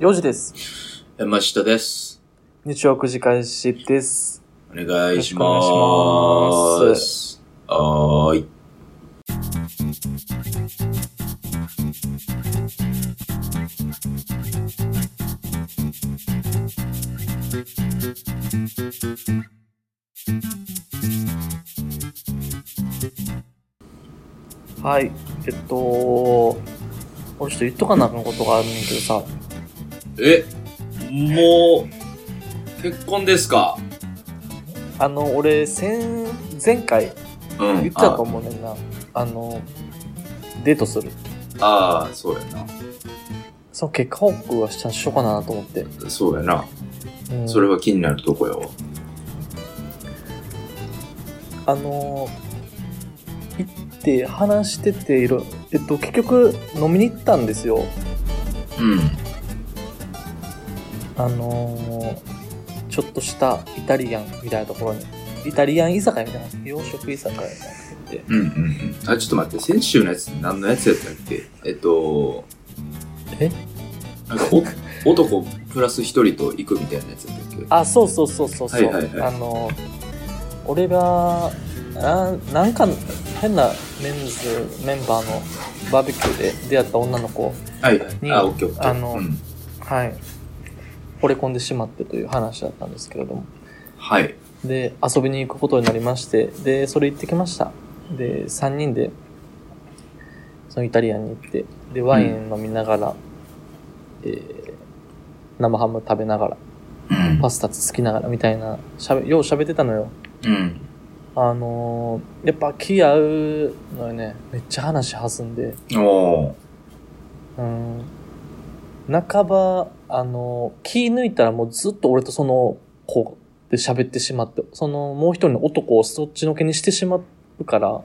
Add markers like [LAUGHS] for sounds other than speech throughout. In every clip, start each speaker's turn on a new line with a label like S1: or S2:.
S1: 4時です。
S2: 山下です。
S1: 日曜9時開始です。
S2: お願いしま
S1: よろ
S2: ー
S1: し
S2: す。はーい。
S1: はい。えっと、俺ちょっと言っとかなあかんことがあるんだけどさ、
S2: え、もう、結婚ですか
S1: あの、俺、先、前回
S2: う
S1: 言ったと思うねんな。あの、デートする。
S2: ああー、そうやな。
S1: その結果報告はしたしようかなと思って。
S2: そうやな。
S1: うん
S2: それは気になるとこやわ。
S1: あのー、行って話してていろ、えっと、結局飲みに行ったんですよ。
S2: うん。
S1: あのー、ちょっとしたイタリアンみたいなところに。イタリアン居酒屋みたいな。洋食居酒屋みたいなのがあって。
S2: うんうんうん。あ、ちょっと待って、先週のやつ何のやつやったっけえっと、
S1: え
S2: なんかお、男プラス一人と行くみたいなやつやったっけ
S1: あ、そうそうそうそうそう。
S2: はいはいはい
S1: あのー、俺が、ななんか変なメンズメンバーのバーベキューで出会った女の子、
S2: はいはい。あ、オッケーオッケー。
S1: あの
S2: うん、
S1: はい、惚れ込んでしまってという話だったんですけれども。
S2: はい。
S1: で、遊びに行くことになりまして、で、それ行ってきました。で、3人で、そのイタリアンに行って、で、ワイン飲みながら、えー生ハム食べながら、
S2: うん
S1: パスタつつきながらみたいな、しゃべ、よう喋ってたのよ。
S2: うん。
S1: あのーやっぱ気合うのよね。めっちゃ話弾んで、
S2: おー。
S1: うん。半ば、あのー気抜いたらもうずっと俺とその子で喋ってしまって、そのもう一人の男をそっちのけにしてしまうから、
S2: は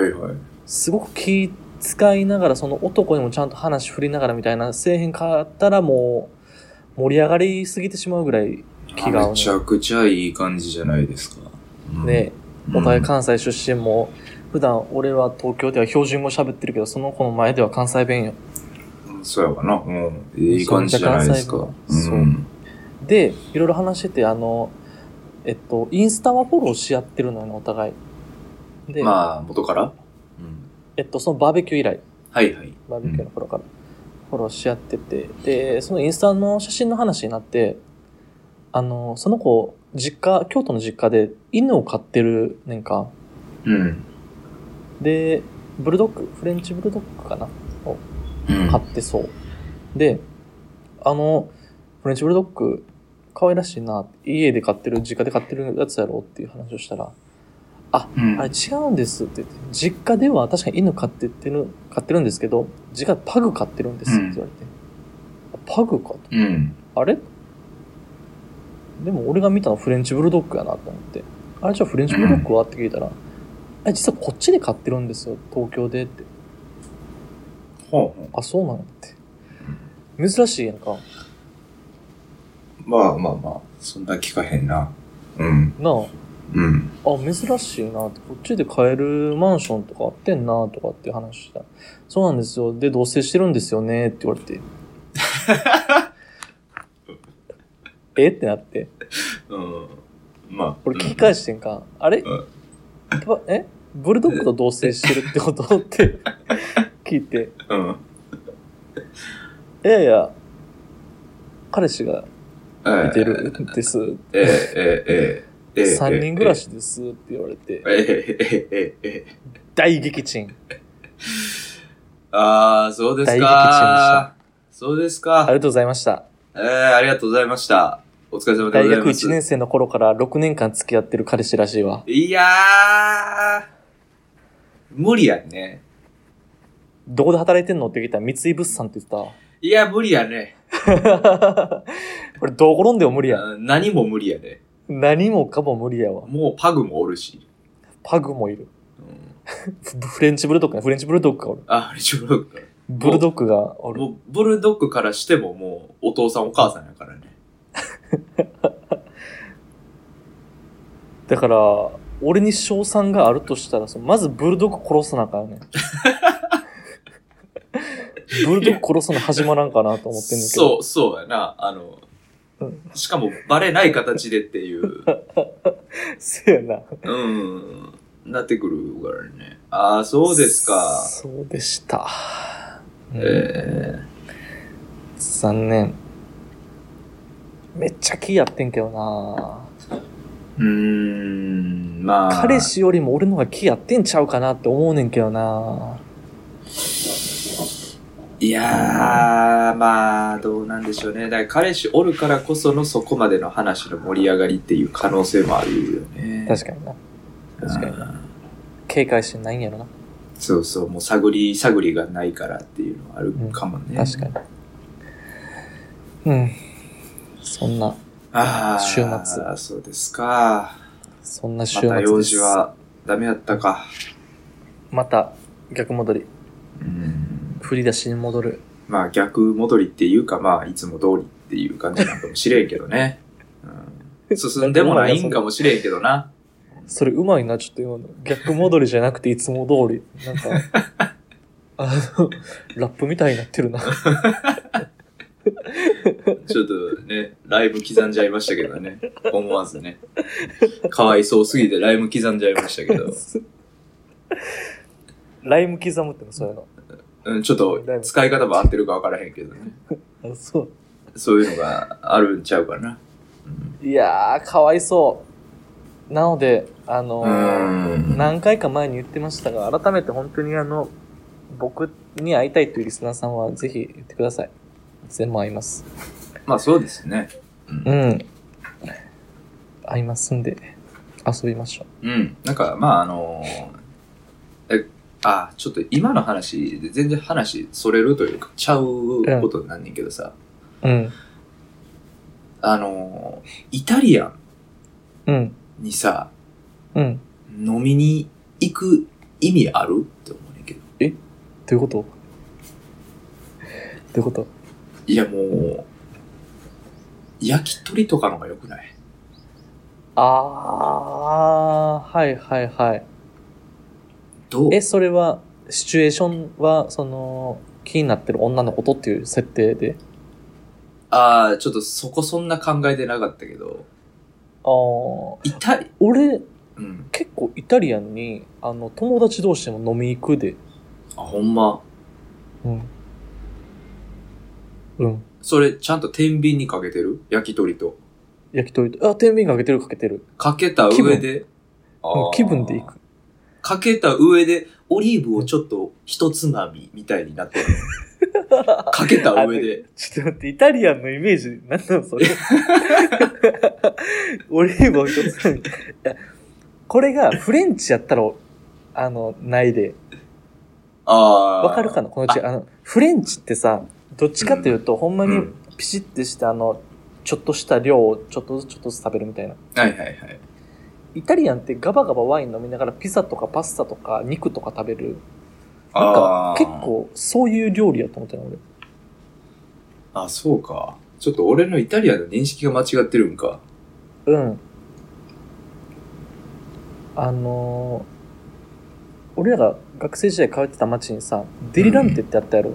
S2: いはい。
S1: すごく気使いながら、その男にもちゃんと話振りながらみたいな、せえへんかったらもう、盛り上がりすぎてしまうぐらい、気が合うね
S2: めちゃくちゃいい感じじゃないですか。うん
S1: ね、
S2: うん
S1: お互い関西出身も、普段俺は東京では標準語喋ってるけど、その子の前では関西弁よ。
S2: うんそうやわな。うん。いい感じじゃないですか。
S1: めちゃくちゃ関西
S2: う
S1: 弁
S2: ん。
S1: で、いろいろ話してて、あの、えっと、インスタはフォローし合ってるのよね、お互い。で、
S2: まあ、元からうん。
S1: えっと、そのバーベキュー以来、
S2: はいはい。
S1: バーベキューの頃からフォローし合ってて、で、そのインスタの写真の話になって、あの、その子、実家、京都の実家で犬を飼ってるねんか。
S2: うん。
S1: で、ブルドッグ、フレンチブルドッグかな
S2: うん。
S1: 買ってそう。で、あの、フレンチブルドッグ、可愛らしいな。家で買ってる、実家で買ってるやつやろっていう話をしたら、
S2: うん
S1: あれ違うんですって言って、実家では確かに犬飼ってってる、飼ってるんですけど、実家でパグ飼ってるんですって言われて。パグかと。
S2: うん。
S1: あれでも俺が見たのフレンチブルドッグやなと思って。あれじゃあフレンチブルドッグはって聞いたら、え、実はこっちで飼ってるんですよ、東京でって。
S2: ほうほ
S1: あ、そうなんやって。珍しいやんか。
S2: う。まあまあまあ、そんな聞かへんな。うん。
S1: なあ。
S2: うん。
S1: あ、珍しいなって、こっちで買えるマンションとかあってんなとかっていう話した。そうなんですよ。で、同棲してるんですよねって言われて。 [LAUGHS] えってなって。
S2: うん。まあ。
S1: 俺聞き返してんか。あれ
S2: うん
S1: ばえブルドッグと同棲してるってことって聞いて。
S2: うん。うん。
S1: いやいや、彼氏が
S2: え
S1: いてるんです。
S2: え。ええ、ええ、ええ。
S1: 3人暮らしですって言われて。
S2: ええ。ええ、ええ、ええ。
S1: 大激鎮。
S2: ああ、そうです
S1: 大激鎮
S2: か。そうですか
S1: あり。がとうございました。
S2: ええありがとうございました。お疲れ様で
S1: 大
S2: ござい
S1: 学
S2: ます。
S1: 1年生の頃から6年間付き合ってる彼氏らしいわ。
S2: いやー、無理やね。
S1: どこで働いてんのって聞いたら三井物産って言ってたわ。
S2: いや、無理やね。
S1: [LAUGHS] 俺どう転んでも無理や。
S2: うん何も無理やね。
S1: 何もかも無理やわ。
S2: もうパグもおるし。
S1: パグもいる。
S2: うん、
S1: フフレンチブルドッグね。フレンチブルドッグがおる。
S2: あ、ブルドッグか。
S1: ブルドッグがおる。
S2: もう、ブルドッグからしてももう、お父さんお母さんやからね。
S1: だから、俺に賞賛
S2: [LAUGHS]
S1: があるとしたら、そのまずブルドッグ殺さなあかんよね。ブルドッグ殺すの始まらんかなと思ってんだけ [LAUGHS] ど。
S2: そう、そうやな。あの
S1: うん、
S2: しかもバレない形でっていう、
S1: [LAUGHS] う。そうやな。
S2: うん、なってくるからね。ああ、そうですか。
S1: そうでした。うん
S2: え
S1: 残念。めっちゃ気やってんけどな
S2: ー、うーん、まあ。
S1: 彼氏よりも俺の方が気やってんちゃうかなって思うねんけどない
S2: やー、まあ、どうなんでしょうね。だから彼氏おるからこそのそこまでの話の盛り上がりっていう可能性もあるよね。
S1: 確かにな。確かに
S2: に。
S1: 警戒心ないんやろな。
S2: そうそう、もう探り探りがないからっていうのはあるかもね。
S1: 確かに。うん。そんな、
S2: ああ、
S1: 週末
S2: そうですか。
S1: そんな週
S2: ま
S1: 末です。
S2: た用事はダメやったか。
S1: また逆戻り。
S2: うん。
S1: 振り出しに戻る。
S2: まあ、逆戻りっていうか、まあ、いつも通りっていう感じなんかもしれんけどね。
S1: [LAUGHS]
S2: うん、進んでもないんかもしれんけどな。
S1: それうまいな、ちょっと今の。逆戻りじゃなくていつも通り。なんか、
S2: [LAUGHS]
S1: あの、ラップみたいになってるな。
S2: ちょっとね、ライブ刻んじゃいましたけどね。思わずね。かわいそうすぎてライブ刻んじゃいましたけど。
S1: [LAUGHS] ライム刻むってのそういう
S2: うん、ちょっと使い方も合ってるかわからへんけどね。
S1: の。あそう。
S2: そういうのがあるんちゃうかな。
S1: いやー、かわいそう。なので、あのー
S2: ん
S1: 何回か前に言ってましたが、改めて本当にあの、僕に会いたいというリスナーさんはぜひ言ってください。全部会います。
S2: まあそうですね。
S1: うん。会いますんで、遊びましょ
S2: うん。なんか、まああのえ、あ、ちょっと今の話で全然話それるというか、ちゃうことになんねんけどさ、
S1: う。うん。
S2: あのイタリアン
S1: うん。
S2: にさ、
S1: うん。
S2: 飲みに行く意味あるって思うねんけど。
S1: どういうことどういうこと
S2: いやもう、焼き鳥とかの方が良くない
S1: あー、はいはいはい。
S2: どう
S1: え、それは、シチュエーションは、その、気になってる女のことっていう設定で。
S2: ああ、ちょっとそこそんな考えてなかったけど、
S1: あー、
S2: イタリ、
S1: 俺、
S2: うん。
S1: 結構イタリアンに、あの、友達同士でも飲み行くで。
S2: あ、ほんま。
S1: うん。うん。
S2: それ、ちゃんと天秤にかけてる焼き鳥と。
S1: 焼き鳥と、あ、天秤かけてるかけてる。
S2: かけた上で、
S1: もう気分で
S2: い
S1: 行く。
S2: かけた上で、オリーブをちょっと一つまみみたいに
S1: [LAUGHS]
S2: なってる。かけた上で。
S1: ちょっと待って、イタリアンのイメージ、なんなの [LAUGHS] それ。オリーブを一ついやこれがフレンチやったら、あの、ないで。
S2: ああ。
S1: わかるかなこのうち、あの、フレンチってさ、どっちかというと、ほんま
S2: う
S1: に
S2: ん
S1: ピシッてした、あの、ちょっとした量をちょっとずつちょっとずつ食べるみたいな。
S2: はいはいはい。
S1: イタリアンってガバガバワイン飲みながらピザとかパスタとか肉とか食べる。なん
S2: あ
S1: か
S2: あ。
S1: 結。構そういう料理やと思ってたの俺。
S2: あ、そうか。ちょっと俺のイタリアンの認識が間違ってるんか。
S1: うん。あのー俺らが学生時代通ってた街にさ、デリランテってあったやろ、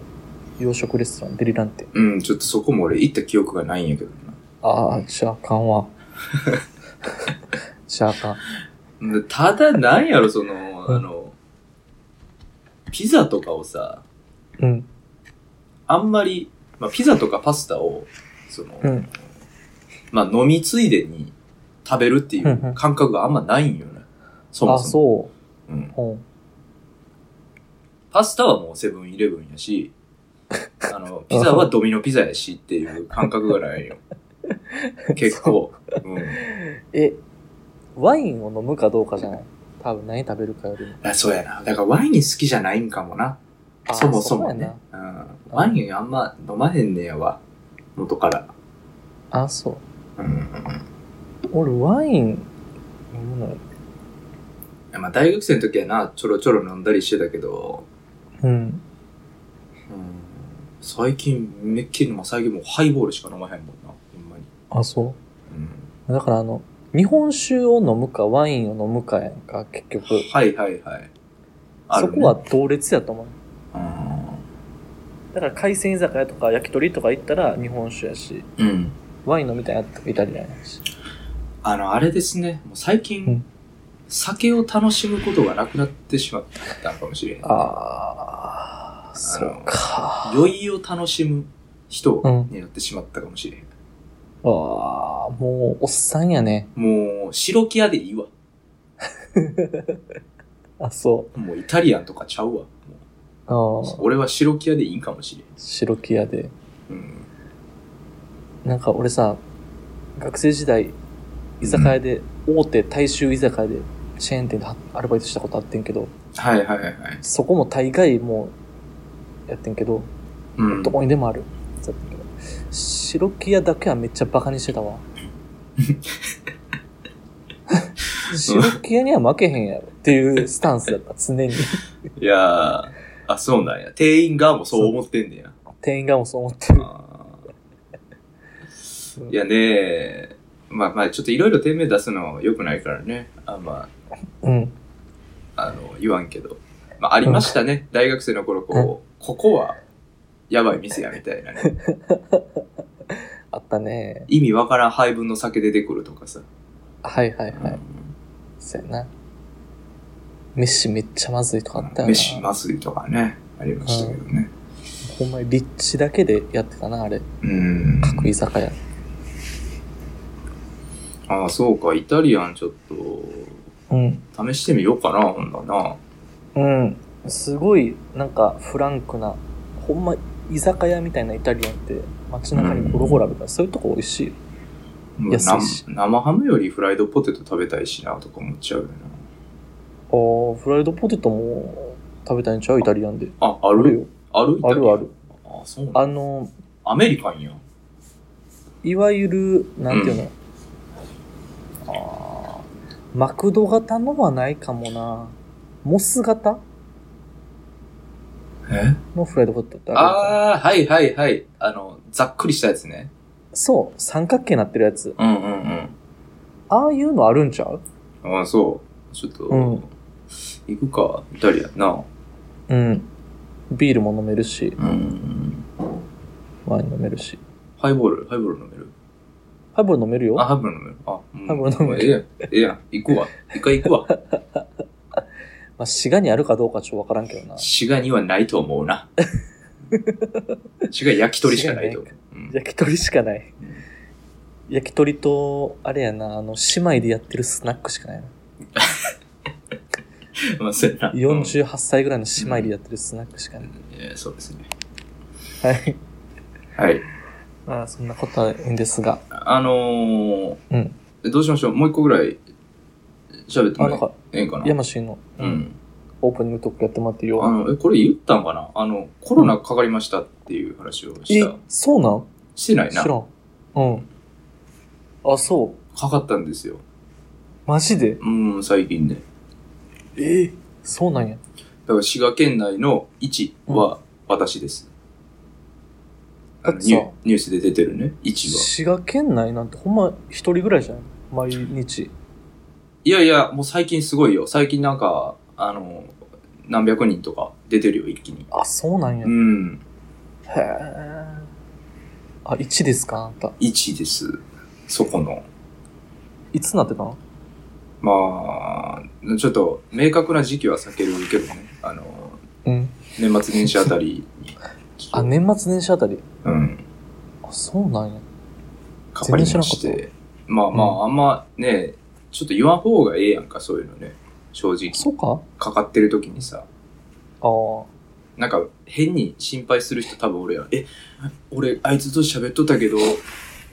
S1: 洋食レストラン、デリランテ。
S2: うん、ちょっとそこも俺行った記憶がないんやけど
S1: ああ、じゃああかんわ。じゃああかん。
S2: な。ただ、なんやろ、その、あの、ピザとかをさ、
S1: うん、
S2: あんまり、まあ、ピザとかパスタを、その、
S1: うん
S2: まあ、飲みついでに食べるってい
S1: うんう
S2: うん感覚があんまないんよね。そも
S1: あ、
S2: そも。
S1: そ
S2: うん
S1: う。うん。
S2: パスタはもうセブンイレブンやし、あの、ピザはドミノピザやしっていう感覚がないよ。結構。うん。
S1: え、ワインを飲むかどうかじゃない多分何食べるかよりも。
S2: あそうやな。だからワイン好きじゃないんかもな。
S1: あ
S2: そもそも
S1: うや
S2: ね
S1: な。
S2: うん。ワインあんま飲まへんねやわ。元から。
S1: あ、そう。
S2: うん。
S1: 俺ワイン飲むのよ
S2: まあ、大学生の時はな、ちょろちょろ飲んだりしてたけど、
S1: うん。
S2: うん最近めっきりも最近もうハイボールしか飲まへんもんなほんまに、
S1: あ、そう。
S2: うん、
S1: だからあの、日本酒を飲むかワインを飲むかやんか、結局。
S2: はいはいはいある
S1: そ
S2: ね
S1: こは同列やと思う。
S2: うん
S1: だから海鮮居酒屋とか焼き鳥とか行ったら日本酒やし、
S2: うん。
S1: ワイン飲みたいなったらイタリアンやし。
S2: あの、あれですね。もう最近、
S1: うん
S2: 酒を楽しむことがなくなってしまったのかもしれない。
S1: あー、そうか。
S2: 酔いを楽しむ人
S1: うん
S2: になってしまったかもしれない。
S1: あー、もうおっさんやね。
S2: もう、白木屋でいいわ。
S1: あ、そ
S2: もうイタリアンとかちゃうわ。も
S1: う。あ
S2: う
S1: ー
S2: 俺は白木屋でいいんかもし
S1: 白木屋で。
S2: れん。うん。
S1: なんか俺さ、学生時代、居酒屋で、大手大衆居酒屋で、チェーン店でアルバイトしたことあってんけど、
S2: はいはいはいはい。
S1: そこも大概もう、やってんけど、
S2: うん
S1: ど。こにでもある。やってんけど白木屋だけはめっちゃバカにしてた [LAUGHS] わ。白木屋には負けへんやろっていうスタンスだった、常に。
S2: いやー、あ、そうなんや。店員側もそう思ってんねや。
S1: 店員がもうそう思ってる。
S2: あーいやねー、まあまあ、ちょっといろいろ店名出すの良くないからね。あま
S1: うん。
S2: あ、あの、言わんけど。まあ、ありましたね。大学生の頃、こう、ここは、やばい店やみたいなね。
S1: あったね。
S2: 意味わからん配分の酒出てくるとかさ。
S1: はいはいはい。そうやな。飯めっちゃまずいとかあったよな。
S2: 飯まずいとかね。ありましたけどね。
S1: ほんまに立地だけでやってたな、あれ。
S2: うん。
S1: 各居酒屋。
S2: ああ、そうか。イタリアンちょっ
S1: うん。
S2: と、試してみようかな、ほんだな。
S1: うん。すごい、なんか、フランクな、ほんま、居酒屋みたいなイタリアンって、街中にゴロゴロあるから、そういうとこ美味しい。
S2: もう
S1: 安いし
S2: 生生ハムよりフライドポテト食べたいしなとか思っちゃうよな。
S1: あーフライドポテトも食べたいんちゃうイタリアンで。
S2: あ、あ
S1: あ
S2: る
S1: る
S2: よ。
S1: よ。
S2: ある
S1: あるある。。
S2: あ、そうなん
S1: あの、
S2: アメリカンや。
S1: いわゆる、なんていうの、あーマクド型のはないかもな。モス型
S2: え
S1: のフライドポテトってあるのかな
S2: あー、はいはいはい。あの、ざっくりしたやつね。
S1: そう、三角形になってるやつ。
S2: うんうん
S1: ああいうのあるんちゃう
S2: うん。ああ、そう。ちょっと、
S1: うん
S2: 行くか、イタリアンな。
S1: うん。ビールも飲めるし、
S2: うん。
S1: ワイン飲めるし。
S2: ハイボール、ハイボール飲める
S1: ハイボール飲めるよ。
S2: あ、ハイボール飲める。あ、うん
S1: ハイボール飲める。
S2: ええやん、ええやん。行くわ。一回行くわ。
S1: まあ、滋賀にあるかどうかちょっとわからんけどな。
S2: 滋賀にはないと思うな。滋賀焼き鳥しかない
S1: [LAUGHS]
S2: と思う。うん
S1: 焼き鳥しかない。焼き鳥と、あれやな、あの、姉妹でやってるスナックしかないな。
S2: まあ、そうやな。うん
S1: 48歳ぐらいの姉妹でやってるスナックしかない。
S2: えーそうですね。
S1: はい。
S2: はい。
S1: まあ、そんなことはいいんですが。
S2: あのー、
S1: うん。
S2: どうしましょうもう一個ぐらい喋って
S1: あ、
S2: も
S1: なん
S2: ら
S1: か、
S2: ええんかな
S1: 山氏の、
S2: う、ん。
S1: オープニングトークやってもらっていい
S2: あ
S1: よ。
S2: の、え、これ言ったんかなあの、コロナかかりましたっていう話を
S1: え
S2: した。、
S1: そうなん
S2: してない
S1: 知
S2: な。
S1: ら
S2: か
S1: ん。うん。あ、そう。
S2: かったんですよ。
S1: マジで
S2: うん、最近ね。
S1: ええそうなんや。
S2: だから滋賀県内の1は私です。あの
S1: だってさ
S2: ニュニュースで出てるね、1は。
S1: 滋賀県内なんてほんま一人ぐらいじゃん毎日。
S2: いやいや、もう最近すごいよ。最近なんか、あの、何百人とか出てるよ、一気に。
S1: あ、そうなんや。
S2: う
S1: へ
S2: ん、
S1: え。あ、1ですかあんた。
S2: 1です。そこの。
S1: いつなってたの
S2: まあ、ちょっと明確な時期は避けるけどね。あの、
S1: うん。
S2: 年末年始あたりに。
S1: あ、年末年始あたり。
S2: うん。
S1: あ、そうなんや。
S2: かかりまし
S1: 全然知ら
S2: て。まあまあ、あんまね、ちょっと言わん方がええやんか、そういうのね。正直。
S1: そうか
S2: かかってる時にさ。
S1: ああ。
S2: なんか、変に心配する人多分俺やん。え、俺、あいつと喋っとったけど、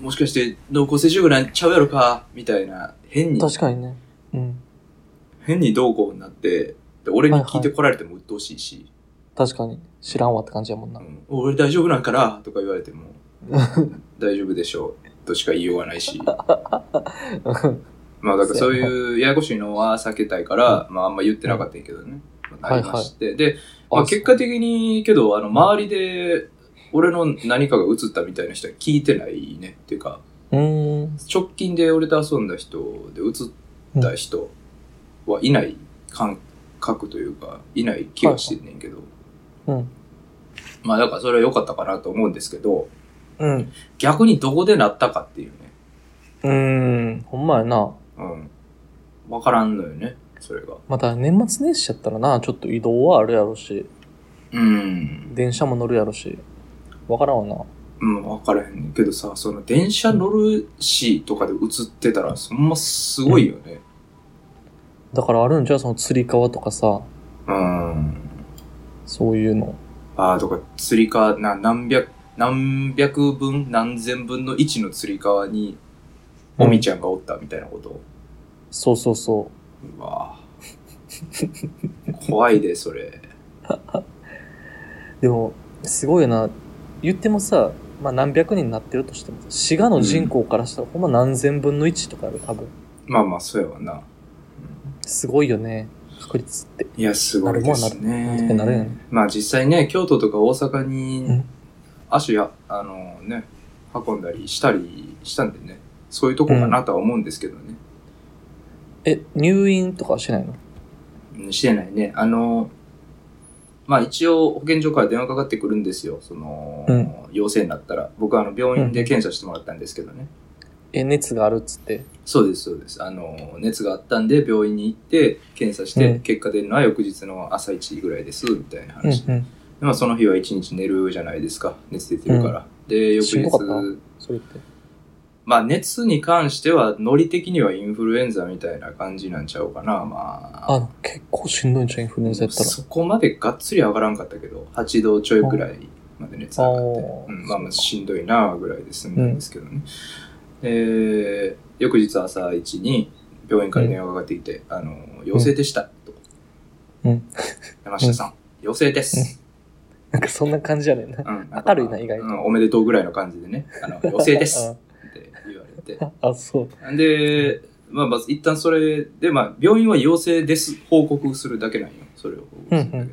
S2: もしかして濃厚接触なんちゃうやろかみたいな。変に、
S1: 確かにね。うん。
S2: 変にどうこうになって、で俺に聞いてこられても鬱陶しいし。
S1: 確かに。知らんわって感じやもんな。
S2: うん俺大丈夫なんかなとか言われても、大丈夫でしょうとしか言いようがないし。
S1: [LAUGHS]
S2: まあだからそういうややこしいのは避けたいから、まああんま言ってなかったんやけどね。まあなりまして。で、まあ、結果的に、けど、あの、周りで、俺の何かが映ったみたいな人は聞いてないね。っていうか、
S1: うーん。
S2: 直近で俺と遊んだ人で映った人はいない感覚というか、いない気がしてんねんけど。
S1: うん。
S2: まあだからそれは良かったかなと思うんですけど、
S1: うん。
S2: 逆にどこでなったかっていうね。
S1: うーん、ほんまやな。
S2: うん。わからんのよね、それが。
S1: また年末年始やったらな、ちょっと移動はあるやろし、
S2: うん。
S1: 電車も乗るやろし、わからんわ
S2: うん、わからへんねんけどさ、その電車乗るしとかで映ってたら、そんますごいよね。
S1: な。だからあるんじゃうそのつり革とかさ、
S2: うん。
S1: そういうの。
S2: ああ、とか、釣り革、な、何百、何百分、何千分の1の釣り革に、おみちゃんがおったみたいなこと。
S1: そうそうそう
S2: わ [LAUGHS] ぁ怖いで、それ。
S1: う。でも、すごいよな。言ってもさ、まあ何百人になってるとしても、滋賀の人口からしたらほんま何千分の1とかある、多分。
S2: まあまあ、そうやわな。
S1: すごいよね、確率って。
S2: いや、すごいです
S1: な
S2: ね。
S1: るもんはなるなんとかなるよね
S2: まあ実際ね、京都とか大阪
S1: う
S2: に
S1: ん
S2: 足や、あのね、運んだりしたりしたんでね、そういうとこかなとは思うんですけどね。
S1: え、入院とかはしないの
S2: うんしてないね。あの、まあ一応保健所から電話かかってくるんですよ。その、
S1: うん
S2: 陽性になったら。僕はあの病院で検査してもらったんですけどね。
S1: え、熱があるっつって。
S2: そうです、そうです。あの、熱があったんで病院に行って検査して、
S1: うん
S2: 結果出るのは翌日の朝1時ぐらいです、みたいな話。
S1: うんうん。
S2: でまあその日は一日寝るじゃないですか。熱出てるから。で、翌
S1: しん
S2: 日
S1: どかった、それって。
S2: まあ熱に関しては、ノリ的にはインフルエンザみたいな感じなんちゃうかな。まあ。
S1: あ、結構しんどいんじゃん、インフルエンザやったら。
S2: そこまでがっつり上がらんかったけど、8度ちょいぐらいまで熱上がって、
S1: あー
S2: うんまあまあしんどいなぐらいで済んだんですけどね。で翌日朝1に病院から電話がかかってきて、あの、陽性でした、と。
S1: うん
S2: 山下さん、陽性です。
S1: なんかそんな感じやねんな。
S2: うん
S1: 明るいな意外と
S2: うんおめでとうぐらいの感じでね、
S1: [LAUGHS]
S2: あの、陽性ですって言われて。
S1: あ。あ、そう。
S2: で、まあ、まず一旦それで、まあ、病院は陽性です報告するだけなんよ。それを報告するだけでね。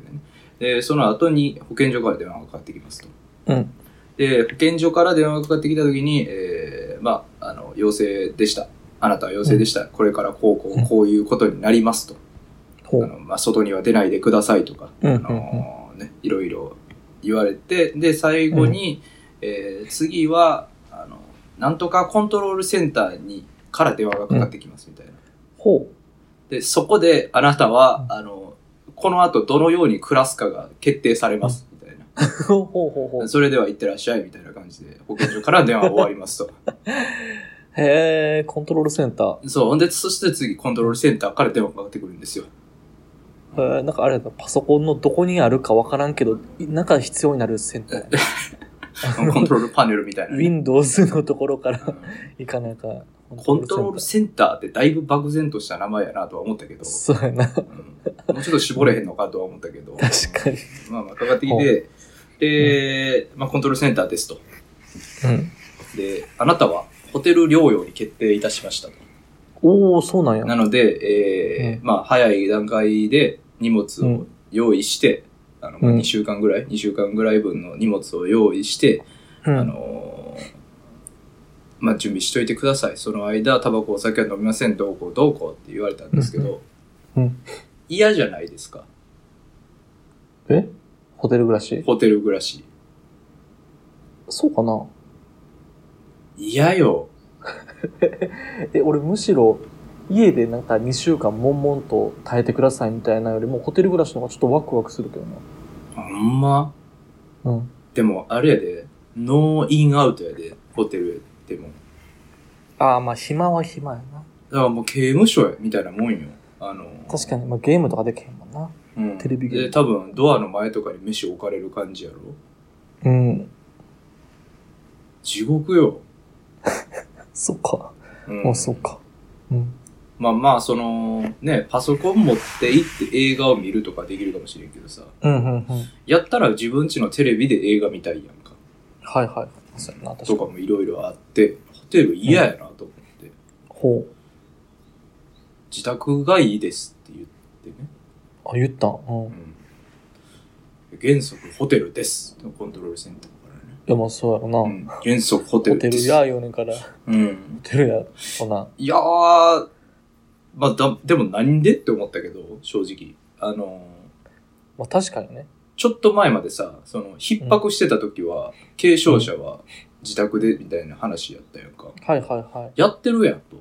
S2: で、その後に保健所から電話がかかってきますと。
S1: うん。
S2: で、保健所から電話がかかってきたときに、えーまあ、あの、陽性でした。あなたは陽性でした。これからこう、こ
S1: うん
S2: う、こういうことになりますと。
S1: ほ
S2: あ
S1: う。
S2: のまあ、外には出ないでくださいとか、
S1: うん
S2: あのね、いろいろ言われて、で、最後に、えー次は、あの、なんとかコントロールセンターに、から電話がかかってきますみたいな。
S1: ほ
S2: で、そこであなたは
S1: う、ん。
S2: あの、この後どのように暮らすかが決定されます、みたいう
S1: ほうほうほうほ
S2: な。
S1: う。
S2: それでは行ってらっしゃい、みたいな感じで、保健所から電話終わりますと。
S1: へえ、コントロールセンター。
S2: そう、ほんで、そして次、コントロールセンターから電話かかってくるんですよ。
S1: えーなんかあれだ、パソコンのどこにあるかわからんけど、いなんか必要になるセンターや
S2: コントロールパネルみたい
S1: な。
S2: なね、
S1: Windows のところから
S2: うん
S1: 行かなあかん。
S2: コントロールセンターってだいぶ漠然とした名前やなとは思ったけど、
S1: センターそうやな。 [LAUGHS] 確
S2: うんもうちょっと絞れへんのかとは思ったけど、
S1: かに。
S2: まあまあ、かかってきて、で、まあ、コントロールセンターですと。
S1: うん。
S2: で、あなたはホテル療養に決定いたしましたと。
S1: おー、そうなんや。
S2: なので、えー
S1: うん
S2: まあ、早い段階で荷物
S1: う
S2: を
S1: ん
S2: 用意して、あの、まあ、
S1: うん
S2: 2週間ぐらい、2週間ぐらい分の荷物を用意して、
S1: う
S2: あ
S1: ん。
S2: のーまあ、準備しといてください。その間、タバコ、お酒は飲みません、どうこう、どうこうって言われたんですけど、
S1: うんうん
S2: 嫌じゃないですか。
S1: えホテル暮らし
S2: ホテル暮らし。
S1: そうかな
S2: 嫌よ。
S1: え、俺むしろ、家でなんか2週間悶々と耐えてくださいみたいなよりも、ホテル暮らしの方がちょっとワクワクするけど
S2: あんま。
S1: な。うん。
S2: でも、あれやで、ノーインアウトやで、ホテルでも。
S1: ああ、まあ暇は暇やな。
S2: だからもう刑務所や、みたいなもんよ。あのー
S1: 確かに、まあゲームとかできへんもんな。
S2: うん
S1: テレビゲーム
S2: で多分ドアの前とかに飯置かれる感じやろ
S1: うん。
S2: 地獄よ、
S1: そっか。
S2: うん
S1: あ、そっか。うん。
S2: まあまあそのねパソコン持って行って映画を見るとかできるかもしれんけどさ
S1: うん、うん、うん。はい
S2: やったら自分ちのテレビで映画見たいやんか
S1: はいはい。そうやな、確
S2: と
S1: かに。
S2: かもいろいろあってホテル嫌やなと思って、
S1: ほ
S2: 自宅がいいですって言ってね、
S1: う。あ、言ったん。うん。い
S2: うん、原則ホテルですコントロールセンターからね
S1: や、まあそうやろな。
S2: うん、原則ホテ
S1: ホ
S2: ル
S1: テ
S2: で
S1: ル
S2: す
S1: や、4年から。ホ
S2: うん、
S1: テルや、そんな。
S2: いやー、まあ、だ、でもなんでって思ったけど、正直。あの
S1: まあ確かにね。
S2: ー、ちょっと前までさ、その、逼迫してた時は、軽症者は自宅でみたいな話やったやんか。
S1: はいはいはい。
S2: やってるやんと。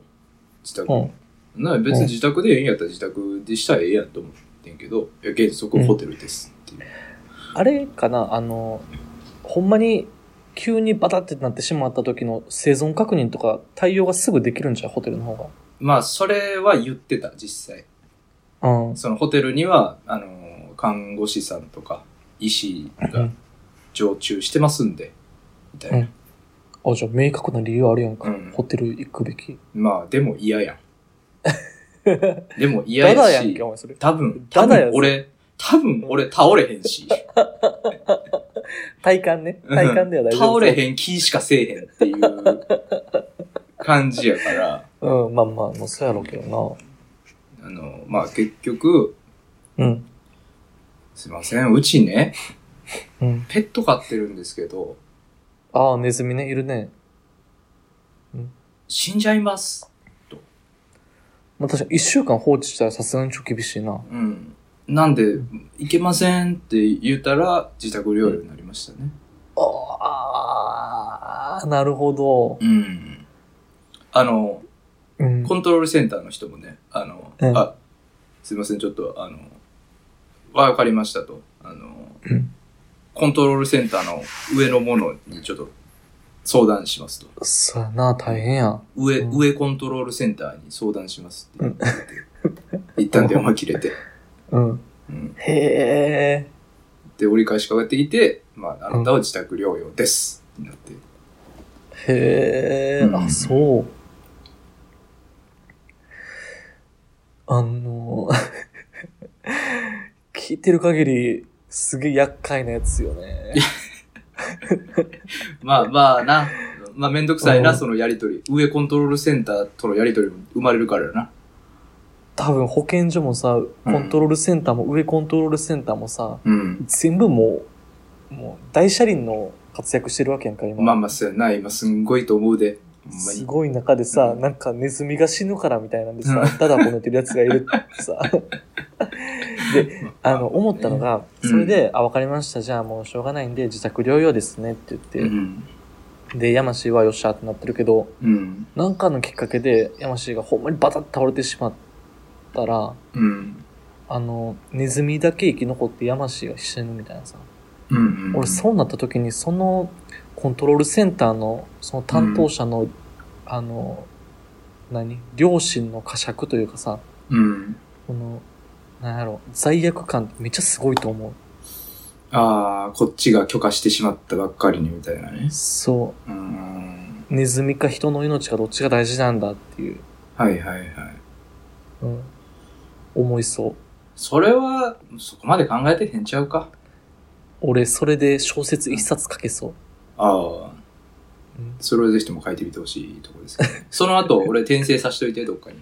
S2: 自宅。
S1: うん。
S2: な別に自宅でええんやったら自宅でしたらええやんと思ってんけど、いや、原則ホテルですっていう。
S1: あれかなあの、ほんまに急にバタってなってしまった時の生存確認とか対応がすぐできるんじゃうホテルの方
S2: まあ、それは言ってた、実際。
S1: が。うん。
S2: そのホテルには、あの、看護師さんとか、医師
S1: う
S2: が
S1: ん
S2: 常駐してますんで、みたいな。
S1: あ、じゃあ明確な理由あるやんか。
S2: うん
S1: ホテル行くべき。
S2: まあ、でも
S1: [LAUGHS]
S2: 嫌やん。でも嫌
S1: ダダや
S2: や
S1: んけ、
S2: し、
S1: お前それ。
S2: 多分、
S1: ダ
S2: 多
S1: ダやぞ
S2: 分俺、多分俺倒れへんし、
S1: 体感ね。
S2: うん
S1: 体感では大丈夫。
S2: 倒れへん気しかせえへんっていう感じやから、 [LAUGHS]
S1: うん、まあまあ、もうそうやろうけど
S2: あの、まあ結局、
S1: な。うん。
S2: すいません、うちね、
S1: うん。
S2: ペット飼ってるんですけど、
S1: ああ、ネズミね、いるね。
S2: 死んじゃいます。
S1: まあ確かに一週間放置したらさすがにちょっと厳しいな。
S2: うん。なんで、いけませんって言ったら、自宅療養になりましたね。
S1: ああ、なるほど。
S2: うん。あの、
S1: うん。
S2: コントロールセンターの人もね、あの、
S1: うん
S2: あ、すいません、ちょっと、あの、わかりましたと。あの、
S1: うん
S2: コントロールセンターの上のものにちょっと相談しますと。
S1: そうやな、大変や。
S2: 上、
S1: うん
S2: 上コントロールセンターに相談しますって言って、一旦電話切れて、
S1: うん。
S2: うん。
S1: へえ。
S2: で、折り返しかかってきて、まあ、あ
S1: うん
S2: なたは自宅療養です。ってなって。
S1: へえ、
S2: うん
S1: あ、そう。あの、 [LAUGHS] 聞いてる限り、すげえ厄介なやつよね。
S2: まあまあな、まあめんどくさいうな、
S1: ん
S2: そのやりとり。上コントロールセンターとのやりとりも生まれるからな。
S1: 多分保健所もさ、コントロールセンターも、上コントロールセンターもさ、
S2: うん。
S1: 全部もう、もう大車輪の活躍してるわけやんか、今。
S2: まあまあ、そうやな、今すんごいと思うで。ほんますに。
S1: ごい中でさ、
S2: うん
S1: なんかネズミが死ぬからみたいなんでさ
S2: うん、
S1: ただこねてるやつがいるってさ。で、あの、思ったのが、
S2: うん
S1: それで、あ、わかりました、じゃあもうしょうがないんで、自宅療養ですねって
S2: う
S1: 言っ
S2: ん。
S1: て、で、山氏はよっしゃってなってるけど、
S2: うん。
S1: なんかのきっかけで山氏がほんまにバタッと倒れてしまったら、
S2: うん。
S1: あの、ネズミだけ生き残って山氏が死ぬみたいなさ。
S2: うん。
S1: 俺そうなった時にそのコントロールセンターのその担当者の、あの何両親の呵責というかさ
S2: うん。
S1: このなんやろ罪悪感めっちゃすごいと思
S2: ああ、こっちが許可してしまったばっかりにみたいなね
S1: う。そう
S2: うん。
S1: ネズミか人の命かどっちが大事なんだっていう、
S2: はいはいはい。
S1: うん、思いそう
S2: それは、そこまで考えてへんちゃうか。
S1: 俺それで小説一冊書けそう、
S2: ああ、
S1: うん、
S2: それをぜひとも書いてみてほしいところですけど、ね。その後、俺転生させといて、どっかに。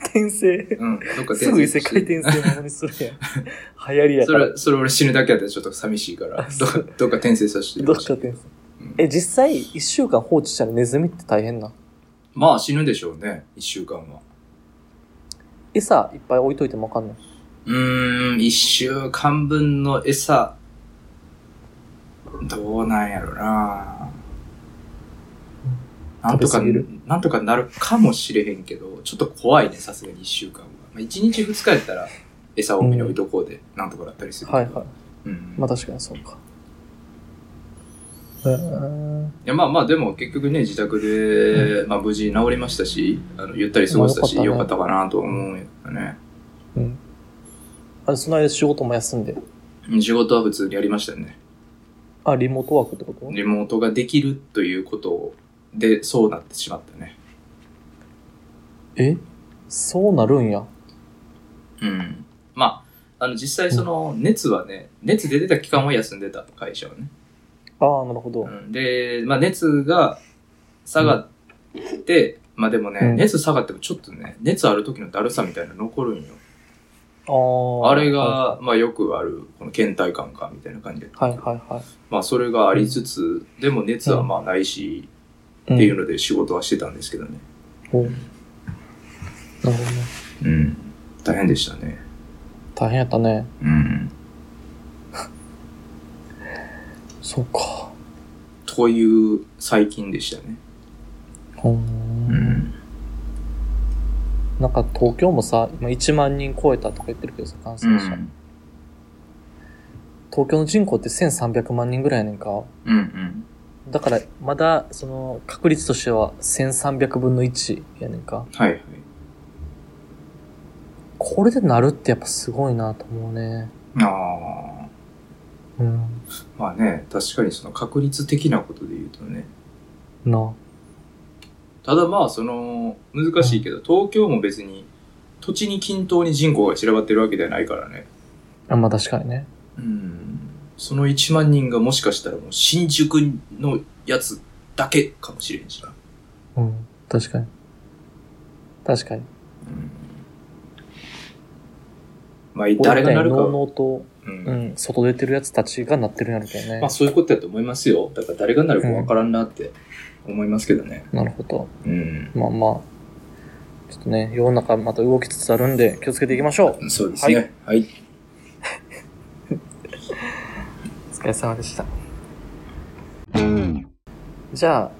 S1: 転生
S2: うん、どっか転生
S1: すぐ異世界
S2: して
S1: 転生のものにするやん流行りや
S2: そ
S1: から
S2: れ、それ俺死ぬだけやったらちょっと寂しいから、どっか、どっか転生させ
S1: [LAUGHS]
S2: て
S1: どっ
S2: ほ
S1: か
S2: しい
S1: 転生
S2: うん
S1: え実際一週間放置したらネズミって大変な
S2: まあ死ぬでしょうね、一週間は。
S1: 餌いっぱい置いといてもわかんない。
S2: うーん、一週間分の餌、どうなんやろななんと
S1: 食べ
S2: か
S1: 過ぎる、
S2: なんとかなるかもしれへんけど、ちょっと怖いね、さすがに一週間は。まあ、一日二日やったら、餌を見に置いとこうで、なんとかなったりするけど。
S1: はいはい。
S2: うん。
S1: まあ確かにそうか。うん。
S2: いやまあまあでも結局ね自宅で、まあ、無事治りましたしあのゆったり過ごしたし
S1: まあよか
S2: よか
S1: っ
S2: ったたかなと思うんやけどね
S1: うん。あれ、その間仕事も休んで。
S2: 仕事は普通にやりましたね
S1: あ、リモートワークってこと
S2: リモートができるということでそうなってしまったね
S1: えそうなるんや。
S2: うんまああの実際その熱はね熱出てた期間は休んでた会社はね、
S1: ああ、なるほど。
S2: うん、で、まあ、熱が下がって、まあでもね、
S1: うん
S2: 熱下がってもちょっとね熱ある時のだるさみたいなの残るんよ
S1: ああ。
S2: あれが、まあよくある、この倦怠感か、みたいな感じで。
S1: はいはいは
S2: まあそれがありつつ、でも熱はまあないし、
S1: い。
S2: っていう
S1: の。
S2: ので仕事はしてたんですけどね。
S1: ほうなるほどね。
S2: うん。大変でしたね。
S1: 大変やったね。
S2: うん。
S1: そうか。
S2: という最近でしたね。
S1: ほーん。なんか東京もさ、今1万人超えたとか言ってるけどさ、感
S2: うん
S1: 染者。東京の人口って1300万人ぐらいやねんか。
S2: うんうん。
S1: だから、まだ、その、確率としては1300分の1やねんか。
S2: はいはい。
S1: これでなるってやっぱすごいなと思うね。
S2: ああ。
S1: うん。
S2: まあね、確かにその確率的なことで言うとね。
S1: な。
S2: ただまあ、その、難しいけど、東京も別に、土地に均等に人口が散らばってるわけではないからね。
S1: あまあ確かにね。
S2: うん。その1万人がもしかしたらもう新宿のやつだけかもしれんしな。
S1: うん。確かに。確かに。
S2: うんまあ、誰がなるかは。
S1: のと、
S2: う。
S1: うんん、外出てるやつたちがなってるんやろうけどね。
S2: まあ、そういうことだと思いますよ。だから誰がなるかわからんなって思いますけどね。
S1: なるほど。
S2: うん。
S1: まあまあ。ちょっとね、世の中また動きつつあるんで、気をつけていきましょう。
S2: そうですね。はい。
S1: お疲れ様でした。じゃあ、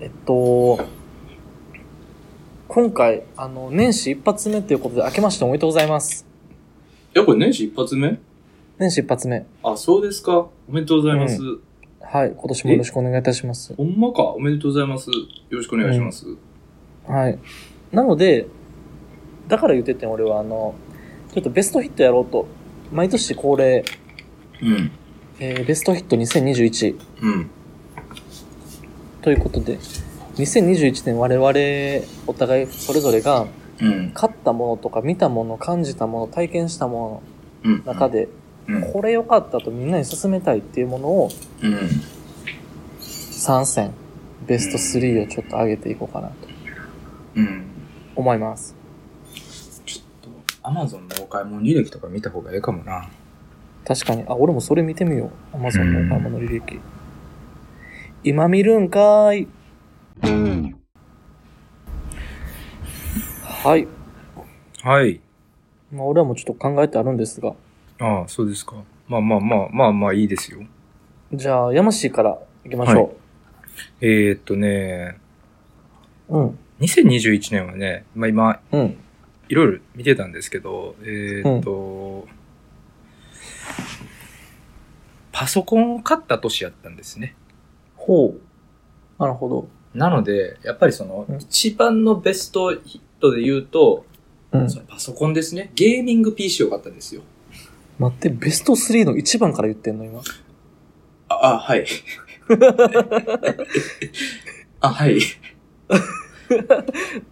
S1: えっと、今回、あの、年始一発目ということで、明けましておめでとうございます。
S2: やっぱ年始一発目
S1: 年始一発目。
S2: あ、そうですか。おめでとうございます。
S1: はい、今年もよろしくお願いいたします。
S2: ほんまか。おめでとうございます。よろしくお願いします。
S1: はい。なので、だから言ってて、俺は、あの、ちょっとベストヒットやろうと、毎年恒例、
S2: うん。
S1: えーベストヒット2021
S2: うん。
S1: ということで、2021年我々、お互いそれぞれが、
S2: うん。
S1: 買ったものとか見たもの感じたもの体験したも
S2: うん。
S1: のの中。で、
S2: うん。
S1: これ良かったとみんなに勧めたいっていうものを
S2: うん。
S1: 3選ベスト3をちょっと上げていこうかなと
S2: うん。
S1: 思います
S2: ちょっと、
S3: アマゾンのお買い物履歴とか見た方がええかもな。
S1: 確かにあ俺もそれ見てみよう Amazon の買い物履歴今見るんかーいはい、
S3: はい。
S1: まあ、俺はもうちょっと考えてあるんですが
S3: ああ、そうですか。まあまあまあ、まあまあいいですよ。
S1: じゃあやましいから行きましょ
S3: えー、っとね、
S1: う、
S3: 2021年はね、まあ今、
S1: うんうん
S3: いろいろ見てたんですけど、えー、っと、パソコンを買った年やったんですね。
S1: ほうなるほど
S3: なので、やっぱりその
S1: うん、
S2: 一番のベストヒットで言うと、
S1: うん
S2: そのパソコンですね。ゲーミング PC を買ったんですよ。
S1: 待ってベスト3の1番から言ってんの今
S2: あ、あ、 [LAUGHS] はい。あ、はい。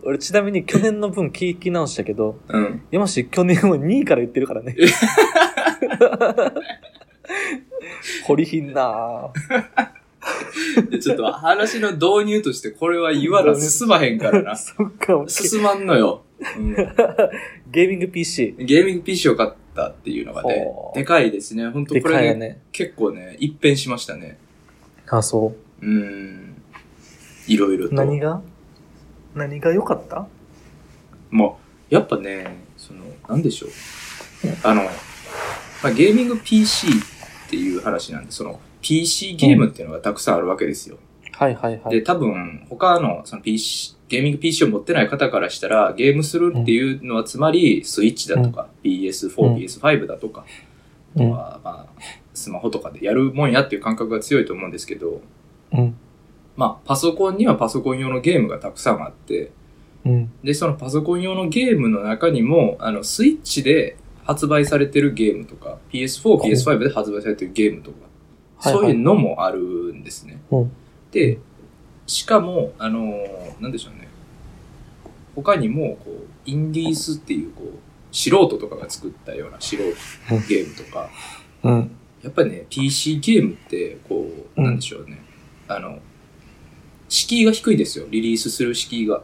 S1: 俺ちなみに去年の分聞き直したけど、
S2: うん。
S1: 山氏去年は2位から言ってるから
S2: [LAUGHS]
S1: ね。掘りひんなぁ。
S2: で、ちょっと話の導入としてこれは言わな進まへんから [LAUGHS] な。
S1: そっか、オッケー
S2: 進まんのよ。うん
S1: ゲーミング PC。
S2: ゲーミング PC を買ったっていうのがね
S1: ほ、う
S2: でかいですね。本当
S1: で
S2: こ
S1: かい
S2: れ
S1: よ
S2: ね、
S1: ね。
S2: 結構ね、一変しましたね。
S1: あ、そう
S2: ーん。いろいろ
S1: う。
S2: と。
S1: 何が何が良かった
S2: まあ、やっぱね、その、なんでしょう。あの、まあ、ゲーミング PC っていう話なんで、その、PC ゲームっていうのがたくさんあるわけですよ。
S1: はいはいは
S2: で、
S1: い。
S2: 多分、他の、その PC、ゲーミング PC を持ってない方からしたら、ゲームするっていうのは、つまり、スイッチだとか、PS4、
S1: うん
S2: PS5 だとか、
S1: うん。うん
S2: まあまあ、スマホとかでやるもんやっていう感覚が強いと思うんですけど、
S1: うん。
S2: まあ、パソコンにはパソコン用のゲームがたくさんあって、
S1: うん。
S2: で、そのパソコン用のゲームの中にも、あの、スイッチで発売されてるゲームとか、PS4、PS5 で発売されてるゲームとか、
S1: はいはい
S2: そういうのもあるんですね。
S1: うん
S2: で、しかも、あのーなんでしょうね。他にも、こう、インディースっていう、こう、素人とかが作ったような素人ゲームとか、
S1: うん。
S2: やっぱりね、PC ゲームって、こう、
S1: うん
S2: なんでしょうね。あの、敷居が低いですよ。リリースする敷居が。